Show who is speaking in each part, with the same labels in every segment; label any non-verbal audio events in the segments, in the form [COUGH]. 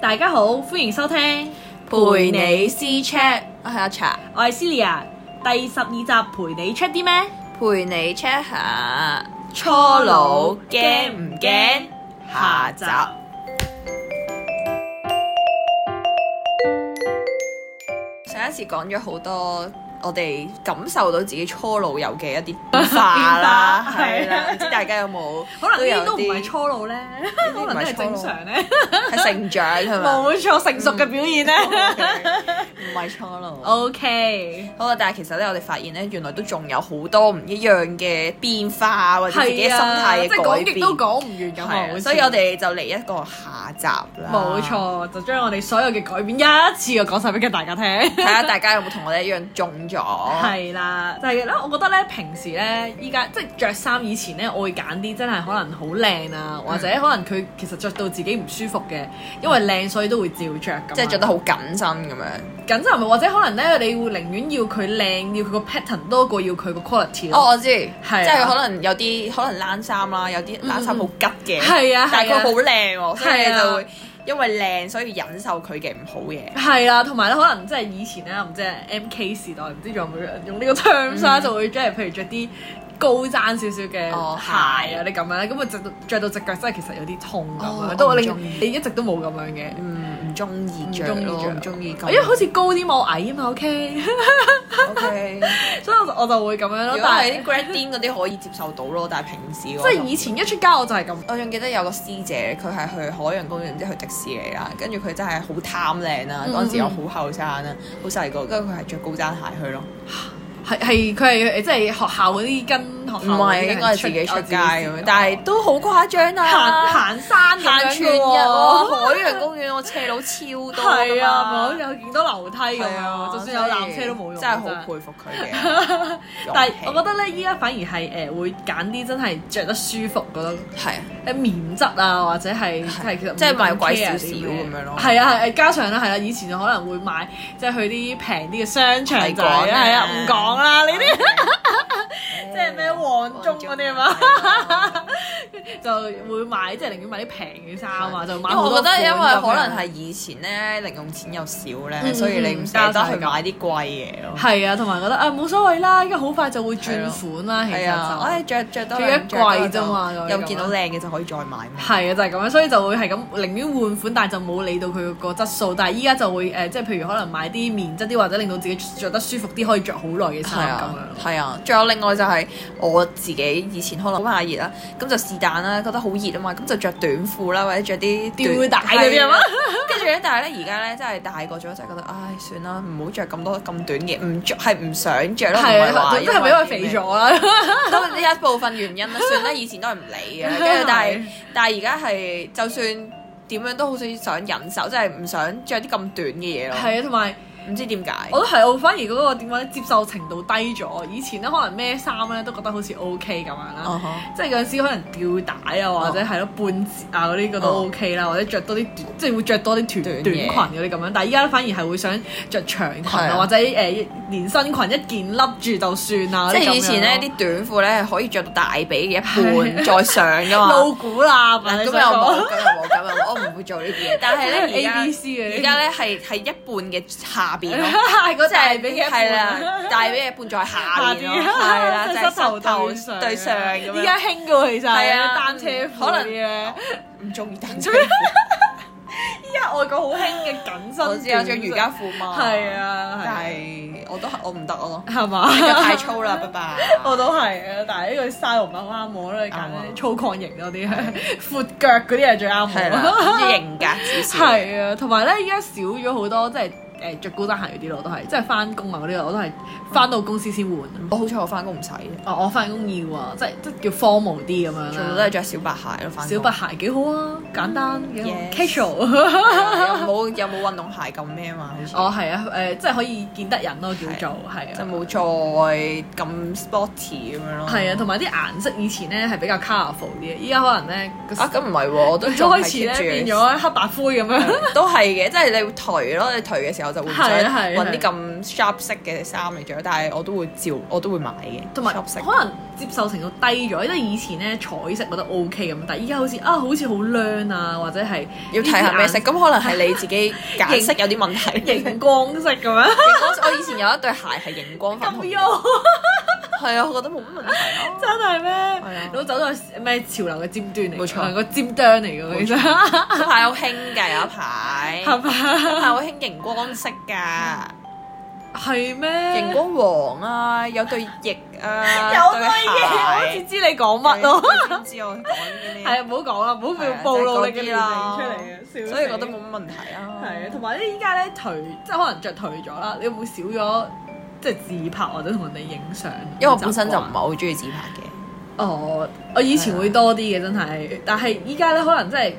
Speaker 1: 大家好，歡迎收聽
Speaker 2: 陪你私 chat，我係阿茶，
Speaker 1: 我係 Celia，第十二集陪你 check 啲咩？
Speaker 2: 陪你 check 下初
Speaker 1: 老
Speaker 2: 老
Speaker 1: 驚唔
Speaker 2: 驚
Speaker 1: 驚
Speaker 2: 唔驚？
Speaker 1: 下
Speaker 2: 下
Speaker 1: 集
Speaker 2: 集上一次講咗好多。我哋感受到自己初老有嘅一啲變化啦，
Speaker 1: 變化
Speaker 2: 係
Speaker 1: 係啊
Speaker 2: 啦，唔知大家有冇？
Speaker 1: 可能呢啲
Speaker 2: 有
Speaker 1: 都唔係
Speaker 2: 啲
Speaker 1: 初老
Speaker 2: [LAUGHS]
Speaker 1: 咧，
Speaker 2: 啲
Speaker 1: 可
Speaker 2: 唔
Speaker 1: 能都係
Speaker 2: 係初
Speaker 1: 正
Speaker 2: 老
Speaker 1: 常咧，
Speaker 2: 係成長係嗯咪？
Speaker 1: 冇錯，成熟嘅表現咧。
Speaker 2: 唔係初老。
Speaker 1: O K，
Speaker 2: 好啦，但係其實咧，我哋發現咧，原來都仲有好多唔一樣嘅變化，或者自己嘅心
Speaker 1: à,
Speaker 2: 態嘅
Speaker 1: 即係講
Speaker 2: 改
Speaker 1: 極
Speaker 2: 變。
Speaker 1: 都講唔完咁
Speaker 2: 係
Speaker 1: 啊
Speaker 2: 啊
Speaker 1: 好似
Speaker 2: 所以我哋就嚟一個下集啦。
Speaker 1: 冇，錯，就將我哋所有嘅改變一次過講晒俾大家聽。
Speaker 2: 睇下大家有冇同我哋一樣中咗。
Speaker 1: 係啦，就係咧，我覺得咧，平時咧，依家即係着衫以前咧，我會揀啲真係可能好靚
Speaker 2: 嗯
Speaker 1: 啊，或者可能佢其實着到自己唔舒服嘅，因為靚所以都會照着咁樣。啊
Speaker 2: 即係着得好緊身咁樣。
Speaker 1: 緊身，或者可能咧，你會寧願要佢靚，要佢個 pattern 多過要佢個 quality
Speaker 2: 哦，
Speaker 1: 咯。
Speaker 2: 我知，即
Speaker 1: 係啊嗯
Speaker 2: 係可能有啲可能冷衫啦，有啲冷衫好吉嘅，
Speaker 1: 係啊
Speaker 2: 但係
Speaker 1: 係啊
Speaker 2: 佢好靚喎，所以
Speaker 1: 係
Speaker 2: 你
Speaker 1: 啊
Speaker 2: 就會因為靚，所以忍受佢嘅唔好嘢。
Speaker 1: 係啦，同埋咧，可能即係以前咧，唔知係 M K 時代，唔知仲有冇人用呢個 terms 啦，就會即係譬如着啲高踭少少嘅
Speaker 2: 嗯哦
Speaker 1: 鞋啊，
Speaker 2: 鞋
Speaker 1: 你咁樣咧，咁啊着到着到只腳真係其實有啲痛咁
Speaker 2: 哦
Speaker 1: 樣，
Speaker 2: 我
Speaker 1: 都我
Speaker 2: 唔
Speaker 1: 你
Speaker 2: 鍾意
Speaker 1: 你一直都冇咁樣嘅，
Speaker 2: 嗯，唔中意
Speaker 1: 唔
Speaker 2: 着
Speaker 1: 鍾意
Speaker 2: 咯，
Speaker 1: 着
Speaker 2: 唔中意咁。
Speaker 1: 因為好似高啲冇矮啊嘛，OK， [LAUGHS]
Speaker 2: OK。
Speaker 1: 所以我就我就會咁樣咯
Speaker 2: 如。果
Speaker 1: 但
Speaker 2: 係
Speaker 1: 係
Speaker 2: 啲 grad din 嗰啲可以接受到咯，但係平時
Speaker 1: 即
Speaker 2: 即
Speaker 1: 係以前一出街我就係咁，
Speaker 2: 我仲記得有個師姐，佢係去海洋公園，然之後去迪士尼啦，跟住佢真係好貪靚啦，
Speaker 1: 嗯
Speaker 2: 嗰陣時又好後生啦，好細個，跟住佢係着高踭鞋去咯，
Speaker 1: 係係佢係即係學校嗰啲跟學
Speaker 2: 唔
Speaker 1: 校嗰啲
Speaker 2: 係
Speaker 1: 人
Speaker 2: 應該係自己出街咁
Speaker 1: 我自
Speaker 2: 樣
Speaker 1: 己，
Speaker 2: 但係都好誇張
Speaker 1: 行
Speaker 2: 啊！
Speaker 1: 行山咁樣
Speaker 2: 行
Speaker 1: 嘅
Speaker 2: 全
Speaker 1: 喎
Speaker 2: 日喎，海洋公園我斜路超多㗎
Speaker 1: 係啊，
Speaker 2: 嘛
Speaker 1: 冇有見到樓梯咁
Speaker 2: 係啊
Speaker 1: 樣，就算有纜車都冇用。
Speaker 2: 真係好佩服佢嘅勇氣。
Speaker 1: 但係我覺得咧，依家反而係誒會揀啲真係着得舒服嗰種
Speaker 2: 得 [LAUGHS] 係啊
Speaker 1: 誒棉質啊，或者係係其實唔
Speaker 2: 即係買
Speaker 1: 咁
Speaker 2: 貴
Speaker 1: care
Speaker 2: 少
Speaker 1: 啲
Speaker 2: 少
Speaker 1: 咩
Speaker 2: 咁樣咯
Speaker 1: 係啊係，加上啦係啦，以前就可能會買即係去啲平啲嘅商場就
Speaker 2: 唔講
Speaker 1: 係
Speaker 2: 啦
Speaker 1: 係啊，唔講啦，你啲即係咩旺中嗰啲啊嘛，就會買即係寧願買啲平嘅衫啊，就買
Speaker 2: 因為
Speaker 1: 好
Speaker 2: 我
Speaker 1: 多
Speaker 2: 覺得因為
Speaker 1: 款咁
Speaker 2: 可
Speaker 1: 樣
Speaker 2: 能係以前咧零用錢又少咧，
Speaker 1: 嗯
Speaker 2: 所以你唔捨得去買啲貴嘢咯。
Speaker 1: 係啊，同埋覺得啊冇所謂啦，依家好快就會轉款啦，嗯其實
Speaker 2: 係啊，
Speaker 1: 就
Speaker 2: 我係着着多
Speaker 1: 仲有一
Speaker 2: 兩
Speaker 1: 季
Speaker 2: 貴
Speaker 1: 啫嘛咁樣
Speaker 2: 又見到靚嘅就可以再買嘛。
Speaker 1: 係啊，就係咁樣，所以就會係咁寧願換款，但係就冇理到佢個質素。但係依家就會誒、呃即係譬如可能買啲棉質啲，或者令到自己着得舒服啲，可以着好耐嘅
Speaker 2: 係
Speaker 1: 衫咁
Speaker 2: 啊
Speaker 1: 樣，。
Speaker 2: 係啊，仲有另外就係我自己以前可能好怕熱啦，咁就是但啦，覺得好熱啊嘛，咁就着短褲啦，或者着啲
Speaker 1: 吊帶
Speaker 2: 短
Speaker 1: 嗰啲啊嘛
Speaker 2: 係跟住咧，但係咧而家咧真係大個咗，真係覺得唉算啦，唔好着咁多咁短嘅，唔着係唔想着咯，唔係
Speaker 1: 係啊，
Speaker 2: 話
Speaker 1: 即係俾我
Speaker 2: 啲
Speaker 1: 肥
Speaker 2: 咩
Speaker 1: 咗啊
Speaker 2: [LAUGHS]
Speaker 1: 啦。
Speaker 2: 都啊呢一部分原因啦，啊 [LAUGHS] 算啦，以前都係唔理 [LAUGHS] 嘅，跟住但係但係而家係就算點樣都好想想忍受，即係唔想着啲咁短嘅嘢
Speaker 1: [LAUGHS]
Speaker 2: 咯，
Speaker 1: 係啊，同埋
Speaker 2: 唔知點解。
Speaker 1: 我都係，我反而嗰個點講咧，接受程度低咗。以前咧可能咩衫咧都覺得好似 O K 咁樣啦。
Speaker 2: 啊哈
Speaker 1: 即係有陣時可能吊帶啊，或者係咯半截啊嗰啲覺得
Speaker 2: 哦
Speaker 1: OK 啦，或者着多啲短即係會着多啲短
Speaker 2: 短
Speaker 1: 短
Speaker 2: 嘢
Speaker 1: 裙嗰啲咁樣。但係依家反而係會想着長裙
Speaker 2: 係
Speaker 1: 啊，
Speaker 2: 啊
Speaker 1: 或者誒、呃一連身裙一件笠住就算啊啦。
Speaker 2: 即
Speaker 1: 係
Speaker 2: 係以前咧啲短褲咧係可以着到大髀嘅一半 [LAUGHS] 再上噶嘛，
Speaker 1: 露啊股啦，咁
Speaker 2: 咁又冇，咁又冇，咁又冇，我唔會做呢啲嘢。但 [LAUGHS] 係咧
Speaker 1: A
Speaker 2: 而
Speaker 1: B
Speaker 2: 家
Speaker 1: C 嘅
Speaker 2: 而家咧係係一半嘅下邊咯。 [LAUGHS]
Speaker 1: [LAUGHS] 係嗰
Speaker 2: 即 [LAUGHS] 係
Speaker 1: 俾一
Speaker 2: 係
Speaker 1: 半啊
Speaker 2: 啦，大髀嘅半在 [LAUGHS] 下邊咯，係啦，就係膝頭對上咁樣。
Speaker 1: 依家興噶其實
Speaker 2: 係啊
Speaker 1: 單車褲
Speaker 2: 可能
Speaker 1: 嗰啲咧，
Speaker 2: 唔中意等
Speaker 1: 中
Speaker 2: [LAUGHS]
Speaker 1: 依家外國好興嘅緊身，
Speaker 2: 我知啊，着瑜伽褲嘛。
Speaker 1: 係，啊，係啊
Speaker 2: 但係我都係我啊唔
Speaker 1: [LAUGHS]
Speaker 2: 得咯，
Speaker 1: 係嘛？
Speaker 2: 腳太粗啦，拜拜。
Speaker 1: 我都係啊，但係呢個 style 唔係好啱我啦，你揀
Speaker 2: 啱啊
Speaker 1: 啲粗犷型嗰啲， [LAUGHS] 闊腳嗰啲 [LAUGHS] 係最啱
Speaker 2: 係
Speaker 1: 我啦。
Speaker 2: 啦，型格至少。
Speaker 1: [LAUGHS] 係啊，同埋咧，依家少咗好多，即係誒着高踭鞋嗰啲咯，我都係，即係翻工啊嗰啲咯，我都係翻到公司先換。
Speaker 2: 我好彩我翻工唔使嘅，
Speaker 1: 哦，我翻工要啊，即係即係叫 formal 啲咁樣啦
Speaker 2: 全部都係着小白鞋咯，翻
Speaker 1: 小白鞋幾好啊，簡單幾好
Speaker 2: Yes [LAUGHS]
Speaker 1: casual。
Speaker 2: 有啊冇有冇運動鞋咁咩嘛？好似
Speaker 1: 哦，係啊，誒，即係可以見得人咯，叫做係
Speaker 2: 就
Speaker 1: 啊。
Speaker 2: 冇再咁 sporty 咁樣咯。
Speaker 1: 係啊，同埋啲顏色以前咧係比較 colourful 啲嘅，依家可能咧個
Speaker 2: 啊，咁唔係喎，我都仲係
Speaker 1: 開始咧
Speaker 2: keep 住
Speaker 1: 變咗黑白灰咁樣。
Speaker 2: 都係嘅，即係你會頹咯，你頹嘅時候候就會唔想
Speaker 1: 係啊係啊
Speaker 2: 揾啲咁 sharp 色嘅衫嚟着，但係我都會照，我都會買嘅。
Speaker 1: 同埋
Speaker 2: sharp 色
Speaker 1: 可能接受程度低咗，因為以前咧彩色覺得 O K 咁，但係依家好似啊，好似好靚啊，或者
Speaker 2: [LAUGHS]
Speaker 1: 係
Speaker 2: 要睇下咩色，
Speaker 1: 呢
Speaker 2: 咁可能係你自 [LAUGHS] 己揀色有啲
Speaker 1: 啲
Speaker 2: 問題。
Speaker 1: 顏熒光色咁
Speaker 2: [LAUGHS]
Speaker 1: 樣，
Speaker 2: 我我以前有一對鞋係熒光粉
Speaker 1: 咁
Speaker 2: 紅，
Speaker 1: 優
Speaker 2: 係啊，我覺得冇乜問題
Speaker 1: [LAUGHS]
Speaker 2: 咯。
Speaker 1: 真係咩
Speaker 2: 啊？
Speaker 1: 老走到去咩潮流嘅尖端嚟㗎，
Speaker 2: 冇錯
Speaker 1: 係個尖端嚟㗎，
Speaker 2: [LAUGHS]
Speaker 1: 其實
Speaker 2: 嗰排啊好興㗎，有一
Speaker 1: 係
Speaker 2: 排，嗰
Speaker 1: 咪？
Speaker 2: 啊排好興熒光色㗎，
Speaker 1: 係
Speaker 2: [LAUGHS] 熒
Speaker 1: 咩？
Speaker 2: 光黃啊，有對翼啊，
Speaker 1: 有
Speaker 2: 對
Speaker 1: 對嘢，我
Speaker 2: 鞋
Speaker 1: 先。知你講乜咯。
Speaker 2: 你知我講啲
Speaker 1: 係
Speaker 2: 咩？
Speaker 1: 啊，唔好講啦，唔
Speaker 2: 係啊
Speaker 1: 好暴露你嘅
Speaker 2: 就係嗰
Speaker 1: 年
Speaker 2: 啲啦
Speaker 1: 齡出嚟嘅，笑死
Speaker 2: 所以覺得冇乜問題啊。
Speaker 1: 係啊，同埋咧依家咧頹，即係可能着頹咗啦，你會少咗即係自拍或者同人哋影相？
Speaker 2: 因為我本身就唔係
Speaker 1: 習慣
Speaker 2: 好中意自拍嘅，
Speaker 1: 哦，我以前會多啲嘅真係，但係依家咧可能真係。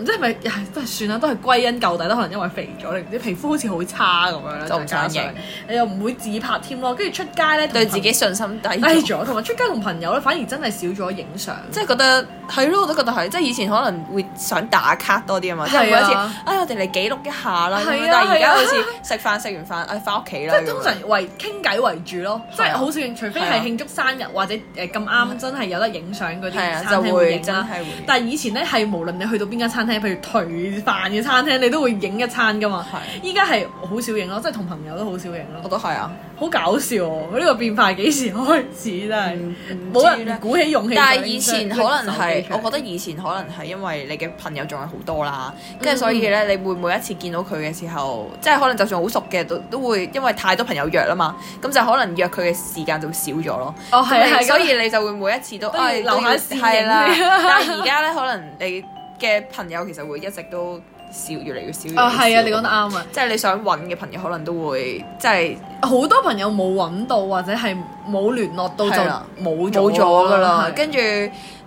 Speaker 1: 唔知係咪唉都係算啦，都係歸因究底啦。可能因為肥咗，你啲皮膚好似好差咁樣啦，
Speaker 2: 就唔想
Speaker 1: 加上
Speaker 2: 影
Speaker 1: 你又唔會自拍添咯。跟住出街咧，
Speaker 2: 對自己信心低
Speaker 1: 低
Speaker 2: 咗，
Speaker 1: 哎咗，同埋出街同朋友咧，反而真係少咗影相。
Speaker 2: 即係覺得係咯，我都覺得係，即係以前可能會想打卡多啲啊嘛，即係每
Speaker 1: 係啊
Speaker 2: 一次，哎，我哋嚟記錄一下啦，咁
Speaker 1: 係
Speaker 2: 樣
Speaker 1: 啊
Speaker 2: 但係而
Speaker 1: 係
Speaker 2: 家
Speaker 1: 啊
Speaker 2: 好似食飯食完飯，哎，翻屋企啦，
Speaker 1: 即係
Speaker 2: 咁樣
Speaker 1: 通常為傾偈為主咯，即係好少，除非
Speaker 2: 啊係啊
Speaker 1: 係
Speaker 2: 嗯
Speaker 1: 慶祝生日或者誒咁啱真係有得影相嗰啲
Speaker 2: 係啊，
Speaker 1: 餐
Speaker 2: 就
Speaker 1: 廳會
Speaker 2: 會
Speaker 1: 影
Speaker 2: 真係
Speaker 1: 啦。
Speaker 2: 會，
Speaker 1: 但係以前咧係無論你去到邊間餐廳，譬如頹飯嘅餐廳，你都會影一餐噶嘛。
Speaker 2: 係
Speaker 1: 依家係好少影咯，即係同朋友都好少影
Speaker 2: 我
Speaker 1: 咯，
Speaker 2: 都係啊，
Speaker 1: 好搞笑喎！呢個變化係幾時開始真係
Speaker 2: 嗯唔
Speaker 1: 冇
Speaker 2: 知
Speaker 1: 人
Speaker 2: 咧
Speaker 1: 鼓起勇氣上。
Speaker 2: 啊但係以前可能係，我覺
Speaker 1: 得
Speaker 2: 得以前可能係因為你嘅朋友仲係好多啦，
Speaker 1: 嗯
Speaker 2: 跟住所以咧，你會每一次見到佢嘅時候，即係可能就算好熟嘅，都都會因為太多朋友約啦嘛，咁就可能約佢嘅時間就會少咗咯。
Speaker 1: 哦係啊
Speaker 2: 咁
Speaker 1: 係
Speaker 2: 你
Speaker 1: 啊
Speaker 2: 所以你就會每一次都
Speaker 1: 都要
Speaker 2: 唉
Speaker 1: 留下倩影
Speaker 2: 係啦。
Speaker 1: 啊
Speaker 2: 但係而家咧，可能你嘅朋友其實會一直都少，越嚟越少。
Speaker 1: 啊係啊，你
Speaker 2: 越嚟越
Speaker 1: 講
Speaker 2: 少
Speaker 1: 得啱啊！
Speaker 2: 即係你想揾嘅朋友，可能都會即係
Speaker 1: 好多朋友冇揾到或者係冇聯絡到
Speaker 2: 係啦
Speaker 1: 就冇
Speaker 2: 冇咗㗎啦
Speaker 1: 係。
Speaker 2: 跟住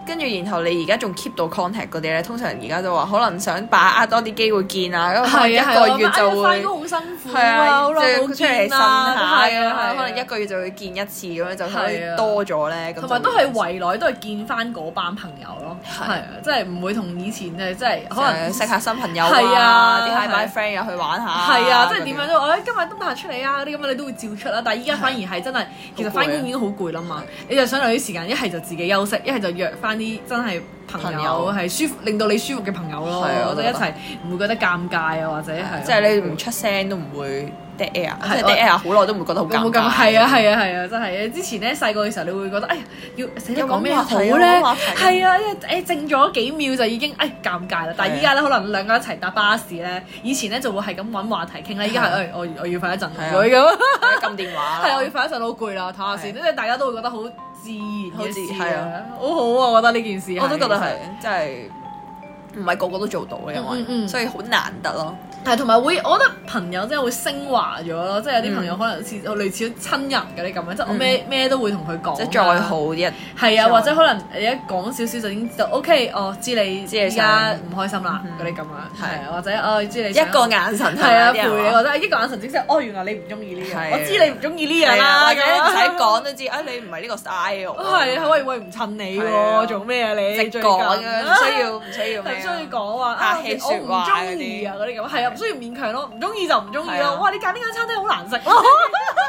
Speaker 2: 跟住，然後你而家仲 keep 到 contact 嗰啲咧，通常而家就話可能想把握多啲機會見啊，咁可能
Speaker 1: 係啊，
Speaker 2: 一個月就
Speaker 1: 翻
Speaker 2: 會
Speaker 1: 工好辛苦
Speaker 2: 係
Speaker 1: 啊，好耐
Speaker 2: 即係啊
Speaker 1: 冇
Speaker 2: 出嚟
Speaker 1: 見
Speaker 2: 呻下
Speaker 1: 啦，啊
Speaker 2: 咁樣，可
Speaker 1: 可能
Speaker 2: 能一
Speaker 1: 一
Speaker 2: 個月就會見一次咁樣，就可
Speaker 1: 係
Speaker 2: 以
Speaker 1: 啊
Speaker 2: 多咗咧。咁
Speaker 1: 同埋
Speaker 2: 就
Speaker 1: 都
Speaker 2: 會
Speaker 1: 係圍內都係見翻嗰班朋友咯，
Speaker 2: 係
Speaker 1: 係啊，即係唔會同以前誒，即係可能
Speaker 2: 誒識下新朋友
Speaker 1: 係
Speaker 2: 啊，
Speaker 1: 啊
Speaker 2: 啲 high
Speaker 1: 係
Speaker 2: bye friend 又去玩下，
Speaker 1: 係啊，即係點樣
Speaker 2: 咁
Speaker 1: 都話，誒今日得唔得閒出嚟啊？嗰啲咁樣你都會照出啦。但係依家反而係真係，其
Speaker 2: 啊
Speaker 1: 實翻工已經好攰啦嘛，你就想留啲時間，一係就自己休息，一係就約翻啲真係朋
Speaker 2: 朋
Speaker 1: 友
Speaker 2: 友
Speaker 1: 係舒服，令到你舒服嘅朋友咯
Speaker 2: 係啊，
Speaker 1: 我覺
Speaker 2: 我都
Speaker 1: 得
Speaker 2: 覺
Speaker 1: 一
Speaker 2: 得
Speaker 1: 齊唔會覺得尷尬啊，或者係
Speaker 2: 即係你唔出聲都唔會 dead air，
Speaker 1: 係
Speaker 2: 即係 dead air 好耐都唔會覺得好
Speaker 1: 有冇
Speaker 2: 尷
Speaker 1: 咁
Speaker 2: 尬。
Speaker 1: 係啊係啊係啊，真係之前咧細個嘅時候，你會覺得哎呀，要死啦
Speaker 2: 有冇
Speaker 1: 講咩好咧？
Speaker 2: 話題有冇話題
Speaker 1: 係啊，因為誒靜咗幾秒就已經哎尷尬啦。但
Speaker 2: 啊
Speaker 1: 係依家咧，可能兩個一齊搭巴士咧，以前咧就會係咁揾話題傾啦。依家
Speaker 2: 係啊
Speaker 1: 係誒哎我我要瞓一陣
Speaker 2: 係啊
Speaker 1: 佢咁，
Speaker 2: 或者撳電話啦。
Speaker 1: 係我要瞓一陣好攰啦，睇下先。因為大家都會覺得好自然
Speaker 2: 好
Speaker 1: 嘅
Speaker 2: 自
Speaker 1: 事
Speaker 2: 係
Speaker 1: 啊
Speaker 2: 啊，
Speaker 1: 好好啊，我覺得呢件事
Speaker 2: 我都覺得係，即係唔係個個都做到嘅，因為、
Speaker 1: 嗯嗯嗯
Speaker 2: 所以好難得咯。
Speaker 1: 係，同埋會，我覺得朋友真係會升華咗咯，即係有啲
Speaker 2: 嗯
Speaker 1: 朋友可能好似類似親人嗰啲咁樣，即係我咩咩都會同佢講啊，
Speaker 2: 即係再好一，
Speaker 1: 係啊，
Speaker 2: 之外
Speaker 1: 或者可能你一講少少就已經就 OK，哦，知你
Speaker 2: 知你
Speaker 1: 而家
Speaker 2: 想
Speaker 1: 唔開心啦
Speaker 2: 嗯
Speaker 1: 嗰啲咁樣，
Speaker 2: 係
Speaker 1: 係啊或者哦知你想
Speaker 2: 一個眼神
Speaker 1: 係啊陪
Speaker 2: 陪
Speaker 1: 你，或者一個眼神即係哦原來你唔中意呢樣，
Speaker 2: 係
Speaker 1: 我知你唔中意呢樣
Speaker 2: 係啊，
Speaker 1: 啦，
Speaker 2: 或者
Speaker 1: 咁
Speaker 2: 唔
Speaker 1: 樣 [LAUGHS]
Speaker 2: 使講都知，哎你唔係呢個 style，
Speaker 1: 係啊喂喂唔襯你
Speaker 2: 係啊
Speaker 1: 喎，做咩啊你
Speaker 2: 直
Speaker 1: 最近 [LAUGHS]
Speaker 2: 講嘅，唔需要唔需要咩
Speaker 1: 唔
Speaker 2: 啊
Speaker 1: 需要講話啊，
Speaker 2: 客氣
Speaker 1: 我
Speaker 2: 說話
Speaker 1: 唔中意啊嗰啲咁，係啊，唔需要勉強咯，唔中意就唔中意
Speaker 2: 係啊
Speaker 1: 咯。哇，你揀呢間餐廳好難食
Speaker 2: [LAUGHS]
Speaker 1: 咯，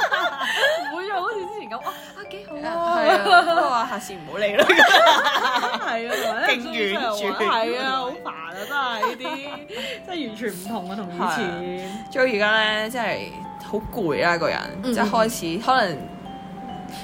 Speaker 1: 唔會再好似之前咁啊啊幾好
Speaker 2: 係
Speaker 1: 啊，
Speaker 2: 啊，我話下次唔好理啦。
Speaker 1: 係啊，同埋
Speaker 2: 勁遠住
Speaker 1: 係啊，好煩啊，真係呢啲，
Speaker 2: [LAUGHS]
Speaker 1: 真係完全唔同啊，同以前。
Speaker 2: 所以而家咧，真係好攰啊啦，個人
Speaker 1: 嗯
Speaker 2: 即係開始可能，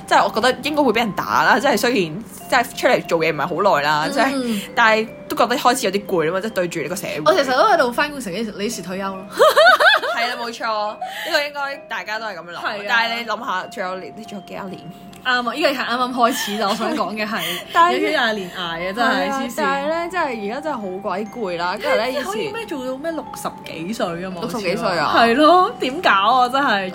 Speaker 2: 即係我覺得應該會俾人打啦。即係雖然即係出嚟做嘢唔係啊好耐啦，即係
Speaker 1: 嗯
Speaker 2: 但係都覺得開始有啲攰啊啦嘛，即係對住呢個社會。
Speaker 1: 我其實都喺度翻工成幾幾時退 [LAUGHS] 休咯，
Speaker 2: [LAUGHS] 係啦，冇錯，呢個應該大家都係咁樣
Speaker 1: 係啊
Speaker 2: 諗。但係你諗下，仲有年，你仲有幾多年？
Speaker 1: 啱啊！依個係啱啱開始咋，我想講嘅係 [LAUGHS]
Speaker 2: 但係
Speaker 1: 有幾廿年捱啊，真係黐
Speaker 2: 但係
Speaker 1: 線。
Speaker 2: 咧，真係而家真係好鬼攰啦。 [LAUGHS] 跟住咧，以
Speaker 1: 可以
Speaker 2: 前
Speaker 1: 咩做到咩六十幾歲啊嘛？
Speaker 2: 六十幾歲啊
Speaker 1: 係咯，點搞啊？真係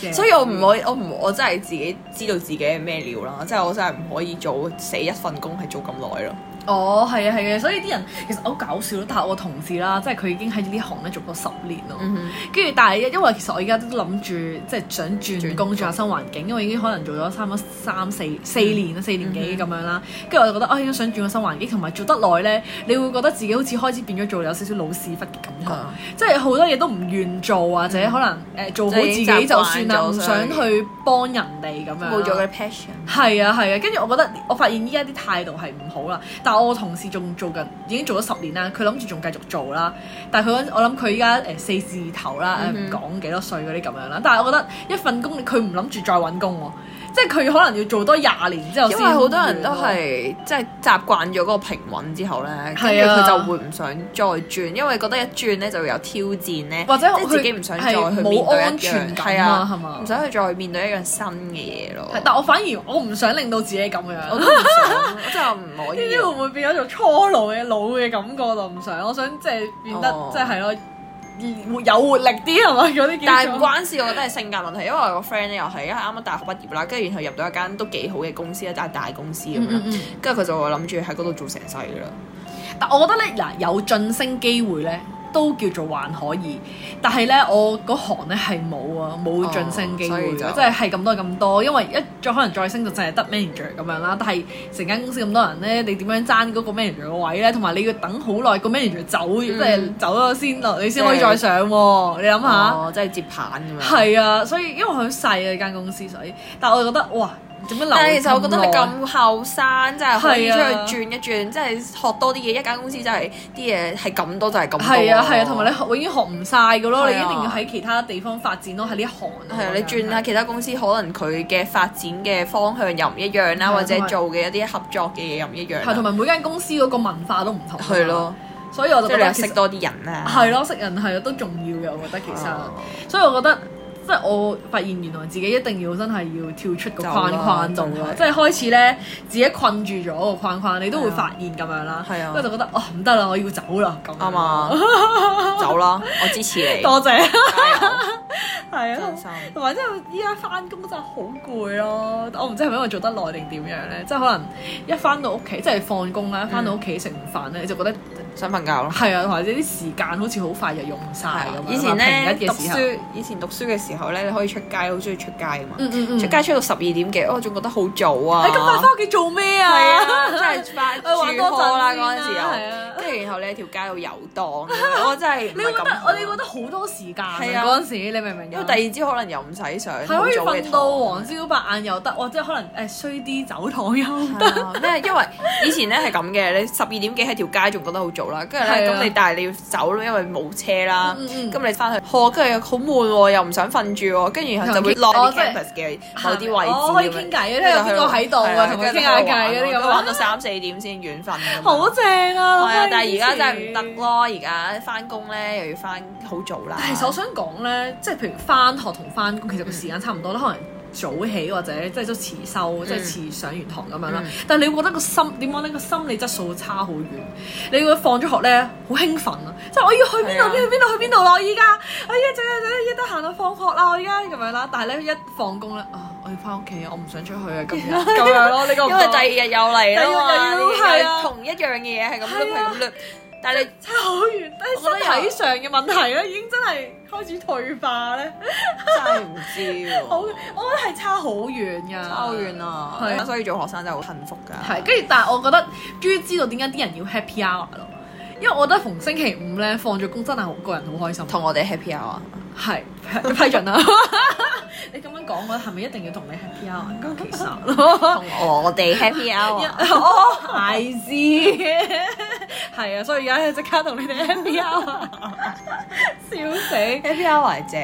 Speaker 1: 正
Speaker 2: 所以我唔可以，我唔我真係自己知道自己係咩料啦，即係我真係唔可以做死一份工係做咁耐咯。
Speaker 1: 哦，係啊，係啊，所以啲人其實好搞笑咯。但係我同事啦，即係佢已經喺呢行咧做過十年咯。
Speaker 2: 嗯
Speaker 1: 跟住、但係因為其實我而家都諗住即係想轉工
Speaker 2: 轉工嗯
Speaker 1: 轉下新環境，因為已經可能做咗差唔多三四四年啦，四年幾咁樣啦。跟住我就覺得啊，應該想轉個新環境，同埋做得耐咧，你會覺得自己好似開始變咗做有少少老屎忽嘅感覺，
Speaker 2: 嗯
Speaker 1: 即係好多嘢都唔願做，或者可能誒、呃做好自己就算啦，唔想去幫人哋咁樣。
Speaker 2: 冇咗嘅 passion，
Speaker 1: 係啊係啊，跟住我覺得我發現依家啲態度係唔好啦，但我同事仲做緊，已經做咗十年啦，佢諗住仲繼續做啦，但係佢嗰我諗佢依家
Speaker 2: 嗯
Speaker 1: 誒四字頭啦，誒唔講幾多歲嗰啲咁樣啦，但係我覺得一份工佢唔諗住再揾工喎，即係佢可能要做多廿年之後
Speaker 2: 因
Speaker 1: 先
Speaker 2: 為好多人都係即係習慣咗嗰個平穩之後咧，跟住
Speaker 1: 係啊
Speaker 2: 佢就會唔想再轉，因為覺得一轉咧就會有挑戰咧，
Speaker 1: 或者
Speaker 2: 即係
Speaker 1: 佢
Speaker 2: 自己唔想再去
Speaker 1: 係
Speaker 2: 面對一
Speaker 1: 冇
Speaker 2: 樣
Speaker 1: 安全感啊
Speaker 2: 係
Speaker 1: 係嘛
Speaker 2: 唔想去再面對一樣新嘅嘢咯。
Speaker 1: 係，但我反而我唔想令到自己咁樣，
Speaker 2: 我都唔想，我真係唔可
Speaker 1: 呢 [LAUGHS]
Speaker 2: 以
Speaker 1: 啲會
Speaker 2: 啊。
Speaker 1: 唔會變咗做初老嘅老嘅感覺就唔想，我想即係變得
Speaker 2: 哦
Speaker 1: 即係係咯，活有活力啲係咪嗰啲叫做？
Speaker 2: 但係唔關事，我覺得係性格問題，因為我有個 friend 咧又係因為啱啱大學畢業啦，跟住然後入到一間都幾好嘅公司啦，但係大公司咁
Speaker 1: 嗯嗯
Speaker 2: 樣，
Speaker 1: 嗯
Speaker 2: 跟住佢就話諗住喺嗰度做成世噶啦。
Speaker 1: 但我覺得咧，嗱有晉升機會咧，都叫做還可以。但係咧，我嗰行咧係冇啊，冇晉升機會㗎，
Speaker 2: 哦所以就
Speaker 1: 即係係咁多咁多。因為一再可能再升就淨係得 manager 咁樣啦。但係成間公司咁多人咧，你點樣爭嗰個 manager 個位咧？同埋你要等好耐個 manager 走，即係走咗先落，你先可以再上喎。你諗下。
Speaker 2: 哦，即係接棒咁樣。
Speaker 1: 係啊，所以因為佢好細啊間公司，所以但我就覺得哇，點樣留？
Speaker 2: 但係其實我覺得你咁後生，真係可以出
Speaker 1: 係啊
Speaker 2: 去轉一轉，即係學多啲嘢。一間公司真係啲嘢係咁多就係咁多。
Speaker 1: 係啊係啊，同埋你學永遠學唔晒㗎咯，你
Speaker 2: 係
Speaker 1: 一
Speaker 2: 啊
Speaker 1: 定要喺其他地方發展咯，喺呢一行啊。
Speaker 2: 係啊，你轉
Speaker 1: 係
Speaker 2: 下其他公司，可能佢嘅發展嘅方向又唔一樣啦，
Speaker 1: 係啊
Speaker 2: 或者
Speaker 1: 同埋
Speaker 2: 做嘅一啲合作嘅嘢又唔一樣
Speaker 1: 係同
Speaker 2: 啦。
Speaker 1: 埋每間公司嗰個文化都唔同。啊
Speaker 2: 係咯，，
Speaker 1: 所以我就
Speaker 2: 即
Speaker 1: 覺
Speaker 2: 係你又
Speaker 1: 得其
Speaker 2: 識
Speaker 1: 實
Speaker 2: 多啲人啦。
Speaker 1: 係咯，識人係啊都重要嘅，我覺得其實
Speaker 2: 哦，
Speaker 1: 所以我覺得。即係我發現原來自己一定要真係要跳出個框框度
Speaker 2: 走
Speaker 1: 咯
Speaker 2: 啦，
Speaker 1: 即係開始咧自己困住咗個框框，你都會
Speaker 2: 係啊
Speaker 1: 發現咁樣啦。
Speaker 2: 係啊
Speaker 1: 跟住就覺得哦唔得啦，我要走啦咁樣。
Speaker 2: 啱啊，
Speaker 1: [LAUGHS]
Speaker 2: 走啦，我支持你。
Speaker 1: 多謝，係
Speaker 2: 加油
Speaker 1: 啊
Speaker 2: 真。心。
Speaker 1: 同埋真係依家翻工真係好攰咯，我唔知係咪因為做得耐定點樣咧，即係可能一翻到屋企，即係放工
Speaker 2: 嗯
Speaker 1: 啦，翻到屋企食完飯咧，你就覺得
Speaker 2: 想瞓覺咯。
Speaker 1: 係啊，或者啲時間好似好快就用晒啊咁樣啦。
Speaker 2: 啊以前咧
Speaker 1: 平日
Speaker 2: 讀
Speaker 1: 嘅時候，
Speaker 2: 書，以前讀書嘅時候咧，你可以出街，好中意出街噶嘛。
Speaker 1: 嗯嗯嗯，哎
Speaker 2: 出街出到十二點幾，哦我仲覺得好早啊！
Speaker 1: 你咁快翻屋企做咩啊？
Speaker 2: 係啊，真係
Speaker 1: [LAUGHS]
Speaker 2: 快
Speaker 1: 去玩
Speaker 2: 住
Speaker 1: 多陣
Speaker 2: 科啦
Speaker 1: 先
Speaker 2: 嗰陣時
Speaker 1: 係
Speaker 2: 又，
Speaker 1: 啊，
Speaker 2: 跟住然後你喺條街度遊蕩
Speaker 1: [LAUGHS]
Speaker 2: 咁樣，我真係唔
Speaker 1: 你會
Speaker 2: 係
Speaker 1: 覺得
Speaker 2: 咁。啊
Speaker 1: 我哋覺得好多時間啊
Speaker 2: 係啊
Speaker 1: 嗰陣時，你明唔明
Speaker 2: 因
Speaker 1: 啊？
Speaker 2: 為第二朝可能又唔使上，
Speaker 1: 係可以
Speaker 2: 好早嘅
Speaker 1: 瞓到黃朝白晏又得，或者可能誒衰啲走堂又得。
Speaker 2: 堂啊咩？因為以前咧係咁嘅，你十二點幾喺條街仲覺得好早啦，跟住咧
Speaker 1: 係啊
Speaker 2: 咁你但係你要走咯，因為冇車啦。
Speaker 1: 嗯嗯
Speaker 2: 咁你翻去，呵，跟住又好悶喎，又唔想瞓住喎，跟住然後就會落
Speaker 1: 哦
Speaker 2: 啲
Speaker 1: 即係
Speaker 2: campus 嘅某啲位置
Speaker 1: 哦
Speaker 2: 咁樣，
Speaker 1: 可以傾偈啊因為有邊個喺度啊
Speaker 2: 係啊
Speaker 1: 同佢傾下偈嗰啲咁
Speaker 2: 跟住
Speaker 1: 樣
Speaker 2: 就玩到三四點先軟瞓咁樣。
Speaker 1: 好正啊！
Speaker 2: 係啊，
Speaker 1: 真係
Speaker 2: 但係而家
Speaker 1: 以前
Speaker 2: 真係唔得。咯，而家翻工咧又要翻好早啦。
Speaker 1: 但係其實我想講咧，即係譬如翻學同翻工，其實個時間差唔多啦，可能早起或者即係都遲收，即係遲上完堂咁樣啦
Speaker 2: 嗯。
Speaker 1: 但係你會覺得個心點講呢？個心理質素差好遠。你會放咗學咧，好興奮啊！即係我要去邊
Speaker 2: 係啊
Speaker 1: 度邊度邊度去邊度啦！我依家哎我依家整整整，依家得閒就放學啦！我依家咁樣啦。但係咧一放工咧，啊我要翻屋企，我唔想出去啊！今
Speaker 2: [LAUGHS]
Speaker 1: 日咁 [LAUGHS] 樣咯，你覺唔覺
Speaker 2: 因為第二日又嚟啦嘛，
Speaker 1: 第二日又要
Speaker 2: 又
Speaker 1: 係啊
Speaker 2: 同一樣嘅嘢係咁都
Speaker 1: 係啊
Speaker 2: 係咁略但係你
Speaker 1: 差好遠，但
Speaker 2: 我覺
Speaker 1: 係
Speaker 2: 得
Speaker 1: 身
Speaker 2: 有
Speaker 1: 體上嘅問題咧，已經真係開始退化咧。
Speaker 2: 真係唔知
Speaker 1: 好，
Speaker 2: 喎，
Speaker 1: 我覺得係差好遠㗎，
Speaker 2: 差好遠。啊！
Speaker 1: 係啊
Speaker 2: 所以做學生真係好幸福㗎。
Speaker 1: 係，跟住但係我覺得終於知道點解啲人要 happy hour 咯，因為我覺得逢星期五咧放咗工真係好個人好開心。
Speaker 2: 同我哋 happy hour 啊！
Speaker 1: 係批 [LAUGHS] 批准啦，啊你咁樣講，我係咪一定要同你 happy hour 㗎？其實 [LAUGHS]
Speaker 2: 同我哋 happy hour 啊。
Speaker 1: 啊哦，係知， [LAUGHS] 係啊，所以而家即刻同你哋 happy [LAUGHS] hour，笑死！
Speaker 2: Happy hour 係正，